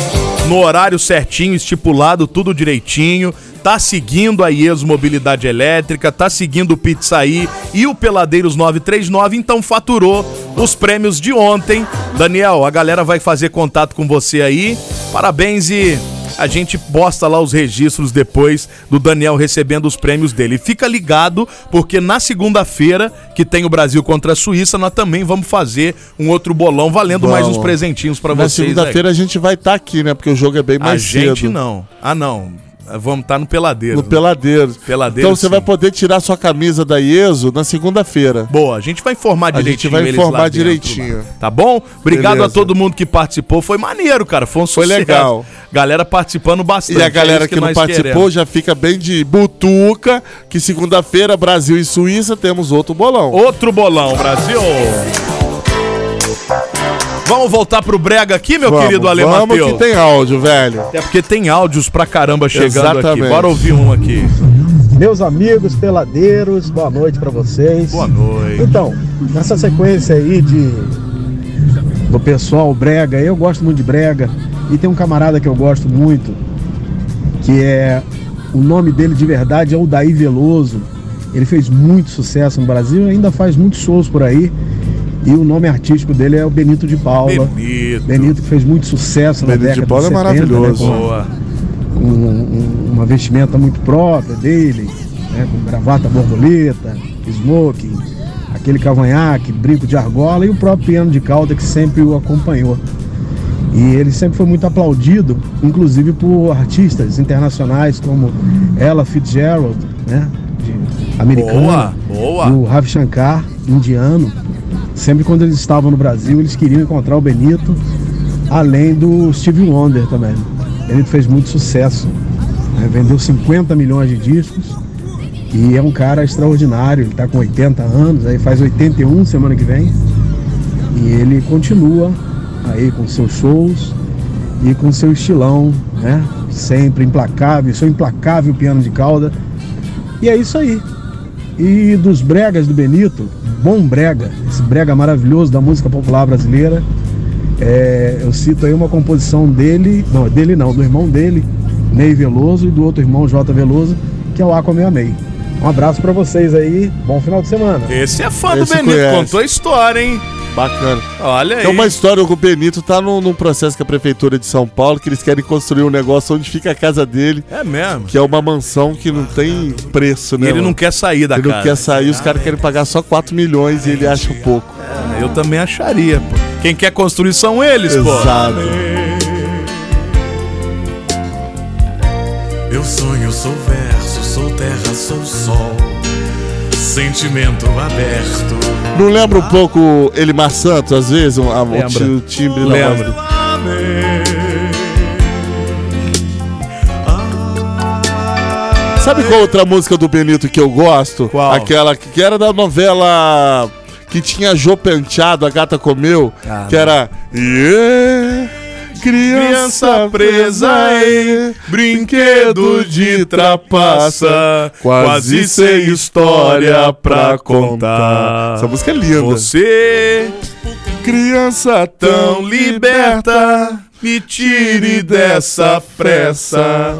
Speaker 2: No horário certinho, estipulado, tudo direitinho. Tá seguindo a IES Mobilidade Elétrica, tá seguindo o Pizzaí e o Peladeiros 939, então faturou os prêmios de ontem. Daniel, a galera vai fazer contato com você aí. Parabéns e a gente posta lá os registros depois do Daniel recebendo os prêmios dele. E fica ligado, porque na segunda-feira, que tem o Brasil contra a Suíça, nós também vamos fazer um outro bolão valendo mais
Speaker 4: Vamos.
Speaker 2: uns presentinhos pra
Speaker 4: Na
Speaker 2: vocês.
Speaker 4: segunda-feira a gente vai estar aqui, né? Porque o jogo é bem
Speaker 2: A
Speaker 4: mais cedo.
Speaker 2: gente não. Ah, não. Vamos estar no Peladeiro. né?
Speaker 4: No Peladeiro.
Speaker 2: Peladeiro,
Speaker 4: Então você vai poder tirar sua camisa da IESO na segunda-feira.
Speaker 2: Boa, a gente vai informar
Speaker 4: A gente
Speaker 2: direitinho.
Speaker 4: vai
Speaker 2: eles
Speaker 4: informar
Speaker 2: lá dentro,
Speaker 4: direitinho.
Speaker 2: lá. Tá bom? Obrigado
Speaker 4: Beleza.
Speaker 2: a todo mundo que participou. Foi maneiro, cara. Foi um
Speaker 4: Foi
Speaker 2: sucesso.
Speaker 4: legal.
Speaker 2: Galera participando bastante.
Speaker 4: E a
Speaker 2: É
Speaker 4: galera
Speaker 2: isso
Speaker 4: que, não
Speaker 2: nós
Speaker 4: participou
Speaker 2: queremos.
Speaker 4: já fica bem de butuca, que segunda-feira, Brasil e Suíça, temos outro bolão.
Speaker 2: Outro bolão, Brasil! Vamos voltar pro Brega aqui, meu
Speaker 4: Vamos,
Speaker 2: querido Ale
Speaker 4: vamos
Speaker 2: Mateu.
Speaker 4: que tem áudio, velho.
Speaker 2: Até porque tem áudios pra caramba chegando
Speaker 4: Exatamente.
Speaker 2: aqui. Bora ouvir um aqui.
Speaker 5: Meus amigos peladeiros, boa noite pra vocês.
Speaker 2: Boa noite.
Speaker 5: Então, nessa sequência aí de do pessoal brega, eu gosto muito de brega e tem um camarada que eu gosto muito, que é o nome dele de verdade é Odaí Veloso. Ele fez muito sucesso no Brasil e ainda faz muitos shows por aí. E o nome artístico dele é o Benito de Paula.
Speaker 2: Benito.
Speaker 5: Benito que fez muito sucesso na
Speaker 4: Benito de
Speaker 5: década
Speaker 4: Paula
Speaker 5: 70,
Speaker 4: é
Speaker 5: né,
Speaker 4: maravilhoso.
Speaker 5: com- um- um- uma vestimenta muito própria dele, né, com gravata borboleta, smoking, aquele cavanhaque, brinco de argola e o próprio piano de cauda que sempre o acompanhou. E ele sempre foi muito aplaudido, inclusive por artistas internacionais como Ella Fitzgerald, né, de- americana,
Speaker 2: Boa, boa.
Speaker 5: e o Ravi Shankar, indiano. Sempre quando eles estavam no Brasil, eles queriam encontrar o Benito, além do Steve Wonder também. Ele fez muito sucesso, né? vendeu 50 milhões de discos e é um cara extraordinário. Ele está com 80 anos, aí faz 81 semana que vem e ele continua aí com seus shows e com seu estilão, né? Sempre implacável, seu implacável piano de cauda. E é isso aí. E dos bregas do Benito, bom brega, esse brega maravilhoso da música popular brasileira. É, eu cito aí uma composição dele, não, dele não, do irmão dele, Ney Veloso, e do outro irmão, J Veloso, que é o Aqua Me Amei. Um abraço pra vocês aí, bom final de semana.
Speaker 2: Esse é fã
Speaker 4: Esse
Speaker 2: do Benito,
Speaker 4: conhece. Então
Speaker 2: contou a história, hein?
Speaker 4: Bacana.
Speaker 2: Olha aí.
Speaker 4: Tem uma história com o Benito, tá num, num processo com a prefeitura de São Paulo, que eles querem construir um negócio onde fica a casa dele.
Speaker 2: É mesmo.
Speaker 4: Que é uma mansão que não tem preço,
Speaker 2: E
Speaker 4: né?
Speaker 2: ele
Speaker 4: mano?
Speaker 2: não quer sair da
Speaker 4: Ele não
Speaker 2: casa. Ah,
Speaker 4: quer sair, os caras querem pagar só 4 milhões e ele acha um pouco.
Speaker 2: É, Eu também acharia, pô. Quem quer construir são eles, pô.
Speaker 4: Exato.
Speaker 11: Meu sonho sou verso, sou terra, sou sol. Sentimento aberto.
Speaker 4: Não lembra um pouco Elimar Santos, às vezes, um, a- o
Speaker 11: Lembra.
Speaker 4: ti- o timbre da voz
Speaker 11: Lembra?
Speaker 4: dele? Sabe qual outra música do Benito que eu gosto? Qual? Aquela que que era da novela que tinha Jô Penteado, A Gata Comeu,
Speaker 2: Ah,
Speaker 4: que era... Yeah, criança presa em brinquedo de trapaça, quase sem história pra contar. Essa música é linda.
Speaker 2: Você,
Speaker 4: criança
Speaker 2: tão liberta, me tire dessa pressa.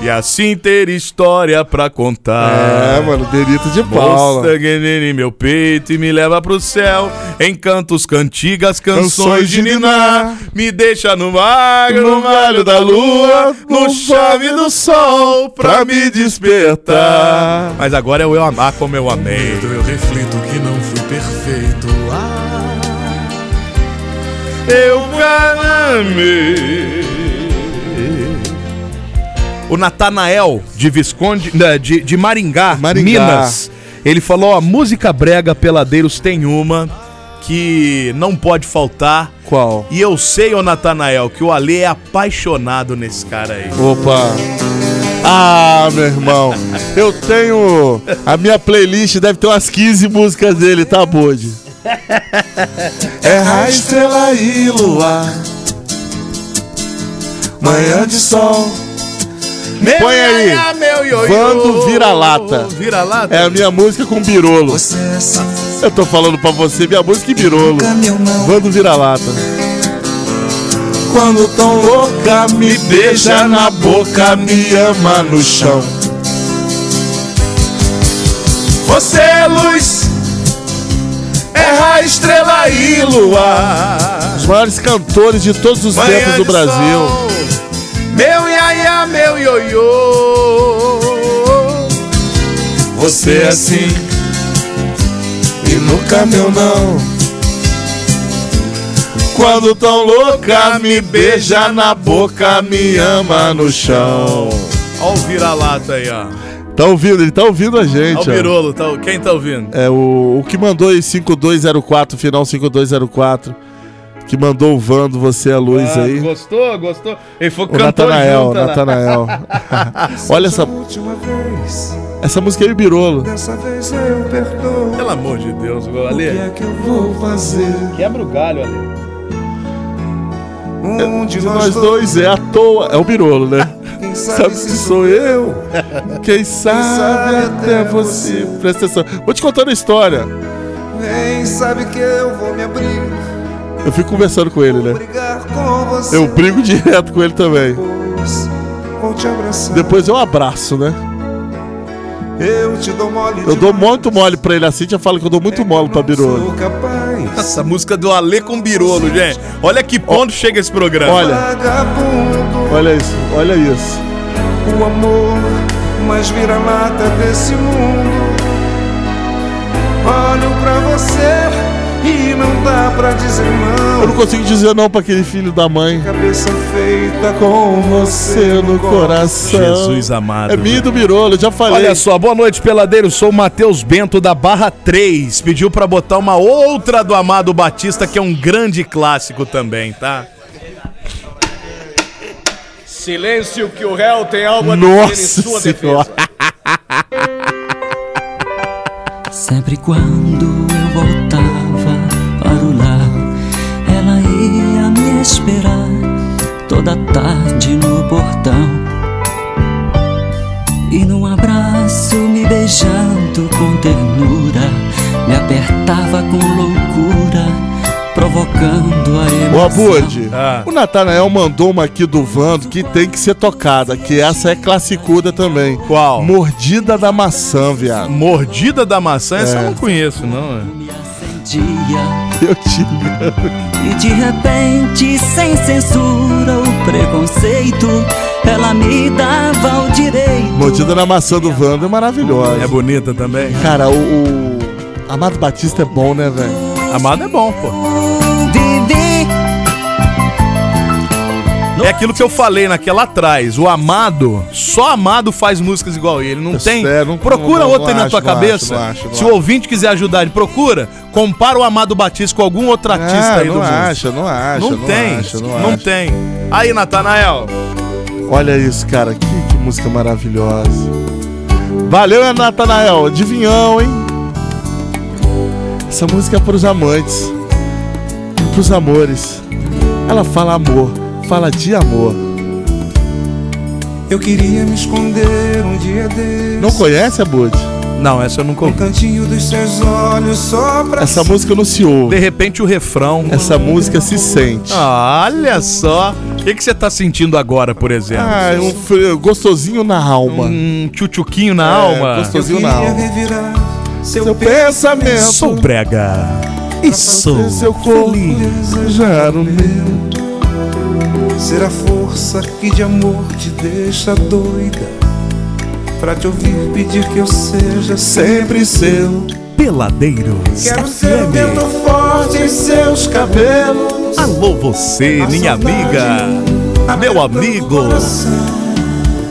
Speaker 2: E assim ter história pra contar.
Speaker 4: É, mano, Benito de Paula.
Speaker 2: Mostra em meu peito e me leva pro céu. Encantos, cantigas, canções,
Speaker 4: Canções
Speaker 2: de
Speaker 4: de
Speaker 2: ninar. Me deixa no magro,
Speaker 4: No
Speaker 2: no galho da lua, no
Speaker 4: no
Speaker 2: chave do sol, pra me despertar. Mas agora eu amar como eu amei.
Speaker 11: Eu reflito que não fui perfeito. Ah,
Speaker 2: Eu amei. O Natanael de Visconde, né, de, de Maringá,
Speaker 4: Maringá.
Speaker 2: Minas, ele falou: a música brega peladeiros tem uma que não pode faltar.
Speaker 4: Qual?
Speaker 2: E eu sei, ô Natanael, que o Ale é apaixonado nesse cara aí.
Speaker 4: Opa! Ah, meu irmão, eu tenho. A minha playlist deve ter umas 15 músicas dele, tá, Bode? É a estrela e luar, manhã de sol.
Speaker 2: Meu
Speaker 4: Põe aí,
Speaker 2: iaia, meu É ioiô.
Speaker 4: Vando Vira-Lata.
Speaker 2: Vira-lata?
Speaker 4: É a minha música com Birolo. Eu tô falando pra você, minha música e Birolo. Vando Vira-Lata. Quando tão louca me beija na boca, me ama no chão.
Speaker 11: Você é luz, é a estrela e luar.
Speaker 4: Os maiores cantores de todos os tempos do Brasil.
Speaker 11: Meu iaia,
Speaker 2: meu ioiô.
Speaker 11: Você é assim e nunca meu não. Quando tão louca me beija na boca, me ama no chão.
Speaker 2: Ó o vira-lata aí, ó.
Speaker 4: Tá ouvindo, ele tá ouvindo a
Speaker 2: Ó o
Speaker 4: gente. ó.
Speaker 2: Birolo, tá, quem tá ouvindo?
Speaker 4: É o, o que mandou aí 5204, final 5204. Que mandou o Vando, você é a luz
Speaker 2: Ah,
Speaker 4: aí.
Speaker 2: Gostou, gostou? Ele foi
Speaker 4: O Natanael,
Speaker 2: né?
Speaker 4: Natanael. Olha essa,
Speaker 11: Última vez,
Speaker 4: essa música aí, Birolo.
Speaker 11: dessa vez eu perdoo.
Speaker 2: Pelo amor de Deus, Ale.
Speaker 11: O que é que eu vou fazer?
Speaker 2: Quebra o galho, Ale.
Speaker 11: Um de
Speaker 4: Se
Speaker 11: nós
Speaker 4: É, nós
Speaker 11: dois.
Speaker 4: dois é à toa. É o Birolo, né?
Speaker 11: Quem
Speaker 4: Sabe se sou eu? Quem sabe até você. Presta atenção. Vou te contar uma história.
Speaker 13: Nem sabe que eu vou me abrir,
Speaker 4: Eu fico conversando com ele, né?
Speaker 13: brigar com você.
Speaker 4: Eu brigo direto com ele também.
Speaker 13: Vou te abraçar.
Speaker 4: Depois eu abraço, né?
Speaker 13: Eu te dou mole
Speaker 4: Eu dou muito mole pra ele. A Cintia fala É que eu dou muito mole pra Birolo.
Speaker 2: Essa música do Ale com Birolo, gente. Olha que ponto chega esse programa.
Speaker 4: Olha,
Speaker 13: vagabundo.
Speaker 4: olha isso, olha isso.
Speaker 13: O amor mais vira mata desse mundo. Olho pra você e não dá pra dizer não.
Speaker 4: Eu não consigo dizer não pra aquele filho da mãe.
Speaker 13: Cabeça feita
Speaker 4: Com você no coração.
Speaker 2: Jesus amado.
Speaker 4: É minha e do Birolo, eu já falei.
Speaker 2: Olha só, boa noite, peladeiro. Sou o Matheus Bento da Barra 3. Pediu pra botar uma outra do Amado Batista, que é um grande clássico também, tá?
Speaker 11: Silêncio que o réu tem algo a
Speaker 2: Nossa
Speaker 11: dizer em sua
Speaker 2: Senhora.
Speaker 11: defesa.
Speaker 10: Sempre quando eu voltava para o lar, ela ia me esperar toda tarde no portão. E num abraço, me beijando com ternura, me apertava com loucura, provocando a
Speaker 4: Ô
Speaker 10: emoção.
Speaker 4: Abud,
Speaker 11: Ah.
Speaker 2: Ah.
Speaker 4: o Natanael mandou uma aqui do Vando que tem que ser tocada, que essa é classicuda também.
Speaker 2: Qual?
Speaker 4: Mordida da maçã, viado.
Speaker 2: Mordida da maçã, essa
Speaker 4: É.
Speaker 2: eu não conheço, não. né?
Speaker 4: Eu te engano.
Speaker 10: E de repente, sem censura ou preconceito, ela me dava o direito.
Speaker 4: Mordida da maçã do Vando é maravilhosa.
Speaker 2: É bonita também.
Speaker 4: Cara, o, o Amado Batista é bom, né, velho?
Speaker 2: Amado é bom, pô. É aquilo que eu falei naquela atrás. O Amado, só Amado faz músicas igual ele. Não tem. procura
Speaker 4: não- não
Speaker 2: outra aí na
Speaker 4: acho,
Speaker 2: tua
Speaker 4: não acho,
Speaker 2: cabeça.
Speaker 4: não acho, não
Speaker 2: Se o ouvinte quiser ajudar, ele procura. Compara o Amado Batista com algum outro artista
Speaker 4: Ah,
Speaker 2: aí do
Speaker 4: não
Speaker 2: mundo.
Speaker 4: acha, não acha,
Speaker 2: Não,
Speaker 4: não
Speaker 2: tem.
Speaker 4: acha, não
Speaker 2: não
Speaker 4: acha.
Speaker 2: tem. Aí, Natanael.
Speaker 4: Olha isso, cara. Que, que música maravilhosa. Valeu, é Natanael. Adivinhão, hein? Essa música é pros amantes. Pros amores. Ela fala amor. Fala de amor.
Speaker 13: Eu queria me esconder um dia desse.
Speaker 4: Não conhece, Abud?
Speaker 2: Não, essa eu nunca ouvi.
Speaker 13: Cantinho dos seus olhos só pra
Speaker 4: Essa música não se ouve.
Speaker 2: De repente o refrão.
Speaker 4: Essa música se sente.
Speaker 2: Olha só. O que que você tá sentindo agora, por exemplo?
Speaker 4: Ah, é um fre- gostosinho na alma.
Speaker 2: Um tchutchuquinho na
Speaker 4: É,
Speaker 2: alma.
Speaker 4: gostosinho na alma.
Speaker 13: revirar seu,
Speaker 4: pensamento.
Speaker 2: Sou brega. E sou
Speaker 4: seu corpo desejar o meu.
Speaker 13: Ser a força que de amor te deixa doida. Pra te ouvir pedir que eu seja sempre seu.
Speaker 2: Peladeiro.
Speaker 13: Quero ser o vento forte em seus cabelos.
Speaker 2: Alô você, minha amiga, meu amigo,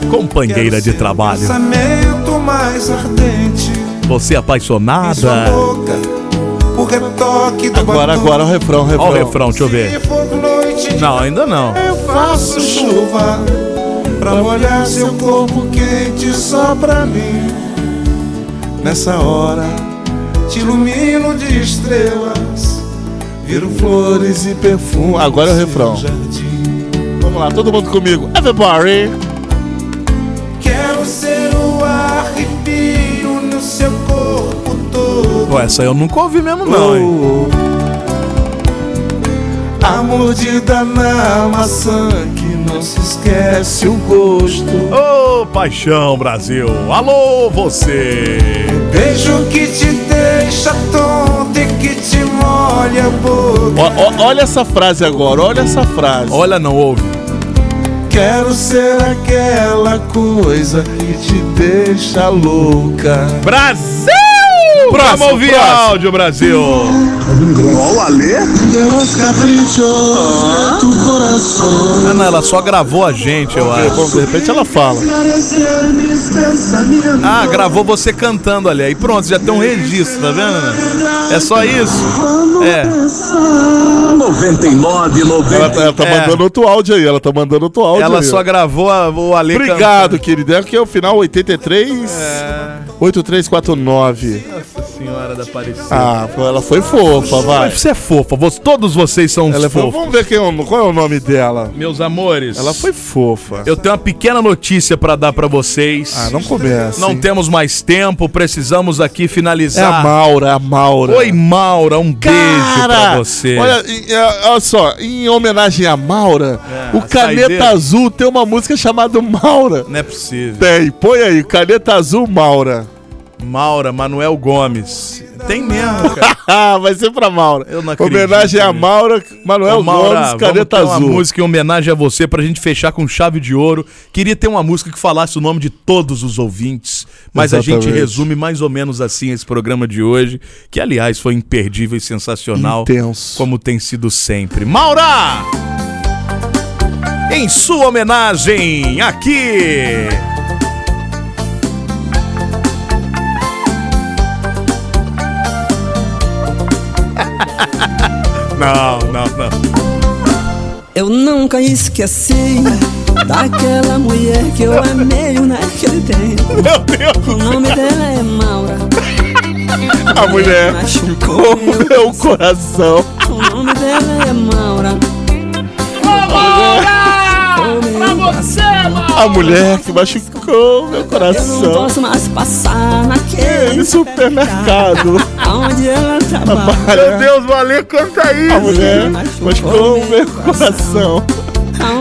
Speaker 2: companheira de trabalho,
Speaker 13: Pensamento mais ardente.
Speaker 2: você é apaixonada.
Speaker 13: O retoque do
Speaker 4: Agora, agora o refrão, o refrão.
Speaker 2: Ó o refrão, deixa eu ver.
Speaker 13: batom. Noite
Speaker 2: É. Não, ainda não.
Speaker 13: eu faço chuva. Pra molhar seu corpo quente só pra mim. Nessa hora te ilumino de estrelas. Viro flores e
Speaker 4: Hum,
Speaker 13: perfume.
Speaker 4: Agora é o refrão. Vamos lá, todo mundo comigo. Everybody.
Speaker 13: Quero ser o arrepio no seu corpo todo.
Speaker 2: Pô, essa eu nunca ouvi mesmo não, hein?
Speaker 13: A tá mordida na maçã que não se esquece o gosto.
Speaker 2: Ô, paixão Brasil, alô você.
Speaker 13: Beijo que te deixa tonto e que te molha a boca.
Speaker 4: Ó- ó- olha essa frase agora, olha essa frase.
Speaker 2: Olha, não ouve.
Speaker 23: Quero ser aquela coisa que te deixa louca.
Speaker 2: Brasil! Vamos ouvir áudio, Brasil!
Speaker 23: Qual Alê?
Speaker 2: Ana, Ah, ela só gravou a gente, eu acho. De repente ela fala. Ah, gravou você cantando ali. Aí pronto, já tem um registro, tá vendo? Ana? É só isso. É.
Speaker 4: 99, 90. Ela, tá- ela tá
Speaker 2: É.
Speaker 4: mandando outro áudio aí, ela tá mandando outro áudio
Speaker 2: Ela
Speaker 4: aí.
Speaker 2: só gravou a, o Ale
Speaker 4: Obrigado, querido. É que é o final 83. 8349.
Speaker 2: Nossa É, senhora da Aparecida.
Speaker 4: Ah, pô, ela foi fofa, vai.
Speaker 2: Mas você é fofa, você- todos vocês são
Speaker 4: Ela é fofa.
Speaker 2: fofos.
Speaker 4: Vamos ver quem é o- qual é o nome dela.
Speaker 2: Meus amores.
Speaker 4: Ela foi fofa.
Speaker 2: Eu tenho uma pequena notícia pra dar pra vocês. Ah,
Speaker 4: não começa,
Speaker 2: Não
Speaker 4: hein?
Speaker 2: temos mais tempo, precisamos aqui
Speaker 4: É a
Speaker 2: finalizar.
Speaker 4: Maura, é a Maura.
Speaker 2: Ah. Oi, Maura, um beijo pra você.
Speaker 4: Olha, e, é, olha só, em homenagem a Maura,
Speaker 2: É,
Speaker 4: o
Speaker 2: a
Speaker 4: Caneta
Speaker 2: saideira.
Speaker 4: Azul tem uma música chamada Maura.
Speaker 2: Não é possível.
Speaker 4: Tem, põe aí, Caneta Azul Maura.
Speaker 2: Maura, Manuel Gomes. Tem mesmo,
Speaker 4: cara. Vai ser pra Maura.
Speaker 2: Eu não acredito.
Speaker 4: Homenagem a
Speaker 2: nisso.
Speaker 4: Maura, Manuel
Speaker 2: Ô, Maura,
Speaker 4: É Gomes,
Speaker 2: vamos
Speaker 4: Caneta
Speaker 2: ter uma
Speaker 4: Azul.
Speaker 2: música em homenagem a você pra gente fechar com chave de ouro. Queria ter uma música que falasse o nome de todos os ouvintes, mas a gente
Speaker 4: Exatamente.
Speaker 2: resume mais ou menos assim esse programa de hoje, que aliás foi imperdível e sensacional,
Speaker 4: Intenso.
Speaker 2: como tem sido sempre. Maura! Em sua homenagem aqui. Não, não, não.
Speaker 10: Eu nunca esqueci daquela mulher que eu amei naquele tempo.
Speaker 2: Meu Deus!
Speaker 10: O nome dela é Maura.
Speaker 4: A mulher ficou no meu coração.
Speaker 10: O nome dela é Maura.
Speaker 4: A mulher que machucou meu coração.
Speaker 10: Eu não posso mais passar naquele
Speaker 4: supermercado.
Speaker 10: Onde ela trabalha. é
Speaker 4: Meu
Speaker 2: Deus, valeu, canta isso.
Speaker 4: A mulher machucou meu coração.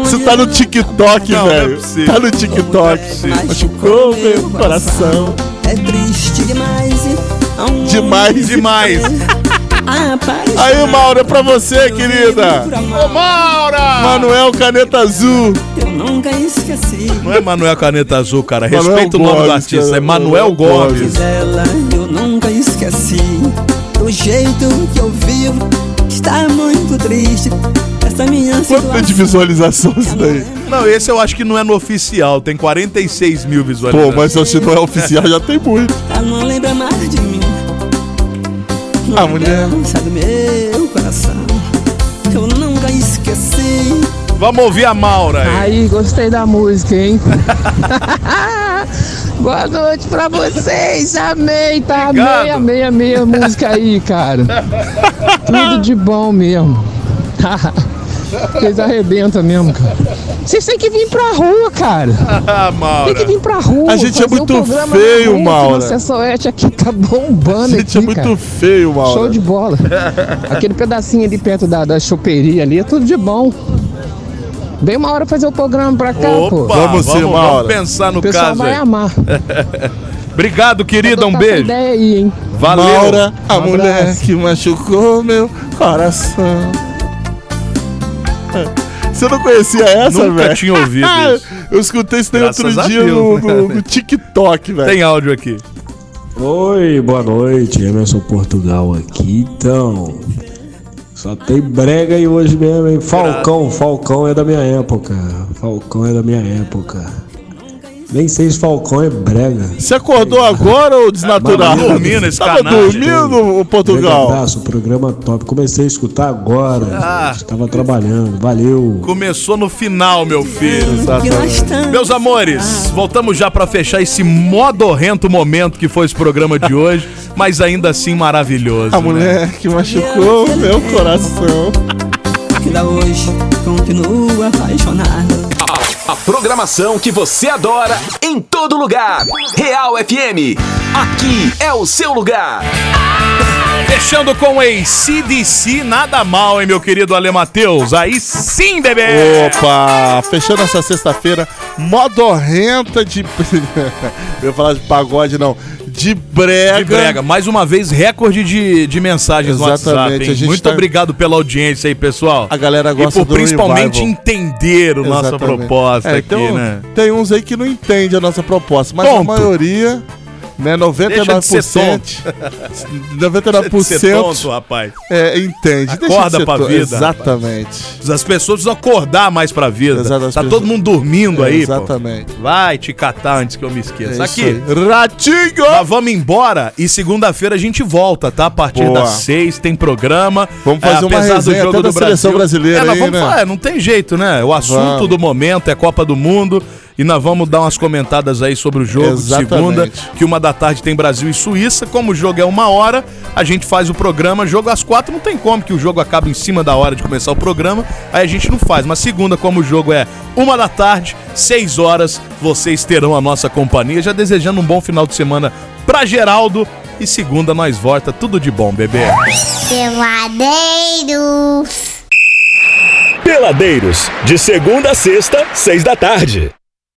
Speaker 4: Isso tá no TikTok,
Speaker 10: Não, é não é
Speaker 4: velho.
Speaker 10: possível.
Speaker 4: tá no TikTok. Machucou meu coração.
Speaker 10: É triste demais. aonde
Speaker 4: Demais, demais. Aí, Maura, é pra você, querida.
Speaker 10: Ô,
Speaker 2: Maura!
Speaker 4: Manuel Caneta Azul.
Speaker 10: Eu nunca esqueci.
Speaker 2: Não é Manuel Caneta Azul, cara.
Speaker 4: Manuel
Speaker 2: Respeita o nome do
Speaker 4: Gomes,
Speaker 2: artista,
Speaker 4: cara.
Speaker 2: é Manuel
Speaker 4: Manuel
Speaker 2: Gomes.
Speaker 10: Ela eu nunca esqueci. Do jeito que eu vivo, está muito triste. Essa minha situação.
Speaker 4: De visualização isso daí.
Speaker 2: Não, esse eu acho que não é no oficial, tem 46 mil
Speaker 4: Pô,
Speaker 2: visualizações.
Speaker 4: mas se não é oficial, já tem muito.
Speaker 10: Ela não lembra mais de mim.
Speaker 4: A mulher.
Speaker 10: Sai do meu coração. Eu nunca esqueci.
Speaker 2: Vamos ouvir a Maura aí.
Speaker 16: Aí, gostei da música, hein? Boa noite pra vocês. Amei, tá? Amei, amei, amei a música aí, cara. Tudo de bom mesmo. Vocês arrebentam mesmo, cara. Vocês têm que vir pra rua, cara.
Speaker 2: Ah, Maura.
Speaker 16: Tem que vir pra rua.
Speaker 4: A gente é
Speaker 16: fazer um
Speaker 4: muito
Speaker 16: programa na
Speaker 4: feio,
Speaker 16: rua, que
Speaker 4: Maura.
Speaker 16: Nossa, essa oeste aqui tá bombando
Speaker 4: A gente é
Speaker 16: aqui,
Speaker 4: muito
Speaker 16: cara.
Speaker 4: feio, Maura.
Speaker 16: Show de bola. Aquele pedacinho ali perto da, da choperia ali é tudo de bom. Vem uma hora fazer o programa pra cá, pô.
Speaker 2: Opa, vamos, vamos,
Speaker 16: Maura.
Speaker 2: pensar no
Speaker 16: o pessoal
Speaker 2: caso
Speaker 16: vai
Speaker 2: aí.
Speaker 16: amar.
Speaker 4: Um
Speaker 2: Obrigado, querida, um
Speaker 16: Tá essa
Speaker 2: beijo.
Speaker 16: ideia aí, hein?
Speaker 2: Valeu.
Speaker 4: Maura, a
Speaker 16: Um
Speaker 4: mulher
Speaker 16: abraço.
Speaker 4: que machucou meu coração. Você não conhecia essa, velho?
Speaker 2: Nunca tinha ouvido isso.
Speaker 4: Eu escutei isso daí
Speaker 2: Graças
Speaker 4: outro
Speaker 2: a
Speaker 4: dia
Speaker 2: Deus,
Speaker 4: no,
Speaker 2: né,
Speaker 4: no-
Speaker 2: velho?
Speaker 4: no TikTok, velho.
Speaker 2: Tem áudio aqui.
Speaker 12: Oi, boa noite, Emerson Portugal aqui. Então, só tem brega aí hoje mesmo, hein? Falcão, Falcão é da minha época. Falcão é da minha época. Nem sei se Falcão é brega.
Speaker 4: Você acordou agora ou desnaturado?
Speaker 12: Tava dormindo esse
Speaker 4: Tava
Speaker 12: canalha.
Speaker 4: dormindo, ô,
Speaker 12: Grande
Speaker 4: Portugal?
Speaker 12: abraço, programa top. Comecei a escutar agora.
Speaker 2: Ah.
Speaker 12: Estava trabalhando. Valeu.
Speaker 2: Começou no final, meu filho. Meus amores, voltamos já pra fechar esse modorrento momento que foi esse programa de hoje, mas ainda assim maravilhoso.
Speaker 4: A mulher que machucou meu coração.
Speaker 10: Ainda hoje continuo apaixonado.
Speaker 24: A, a programação que você adora em todo lugar. Real FM, aqui é o seu lugar.
Speaker 2: Fechando com ACDC, nada mal, hein, meu querido Ale Matheus? Aí sim, bebê!
Speaker 4: Opa, fechando essa sexta-feira modorrenta de. Eu ia falar de pagode, não. De brega.
Speaker 2: De brega. Mais uma vez, recorde de, de mensagens no
Speaker 4: Exatamente,
Speaker 2: WhatsApp. hein?
Speaker 4: a gente
Speaker 2: Muito
Speaker 4: tá-
Speaker 2: obrigado pela audiência aí, pessoal.
Speaker 4: A galera gosta
Speaker 2: E por
Speaker 4: do
Speaker 2: principalmente
Speaker 4: revival.
Speaker 2: entender a nossa
Speaker 4: Exatamente.
Speaker 2: proposta
Speaker 4: É,
Speaker 2: aqui,
Speaker 4: tem, um-
Speaker 2: né?
Speaker 4: Tem uns aí que não entendem a nossa proposta, mas a
Speaker 2: Tonto.
Speaker 4: maioria, né, 99%,
Speaker 2: Deixa de ser tonto.
Speaker 4: 99%
Speaker 2: Deixa de ser tonto, rapaz.
Speaker 4: É, entende. Deixa de
Speaker 2: Acorda
Speaker 4: ser
Speaker 2: pra
Speaker 4: tonto.
Speaker 2: vida.
Speaker 4: Exatamente.
Speaker 2: rapaz. As pessoas precisam acordar mais pra vida.
Speaker 4: Exato, as
Speaker 2: tá
Speaker 4: pessoas-
Speaker 2: todo mundo dormindo
Speaker 4: É,
Speaker 2: aí, pô.
Speaker 4: exatamente.
Speaker 2: Vai te catar antes que eu me esqueça.
Speaker 4: É isso
Speaker 2: Aqui. Ratinho! Nós vamos embora e segunda-feira a gente volta, tá? A partir
Speaker 4: Boa.
Speaker 2: das seis tem programa.
Speaker 4: Vamos fazer uma resenha até da seleção brasileira
Speaker 2: É, nós
Speaker 4: aí,
Speaker 2: vamos
Speaker 4: né?
Speaker 2: falar, não tem jeito, né? O assunto
Speaker 4: Vamos.
Speaker 2: do momento é Copa do Mundo. E nós vamos dar umas comentadas aí sobre o jogo
Speaker 4: Exatamente.
Speaker 2: de segunda, que uma da tarde tem Brasil e Suíça. Como o jogo é uma hora, a gente faz o programa. Jogo às quatro não tem como, que o jogo acaba em cima da hora de começar o programa. Aí a gente não faz. Mas segunda, como o jogo é uma da tarde, seis horas, vocês terão a nossa companhia. Já desejando um bom final de semana pra Geraldo. E segunda nós volta. Tudo de bom, bebê.
Speaker 3: Peladeiros.
Speaker 6: Peladeiros, de segunda a sexta, seis da tarde.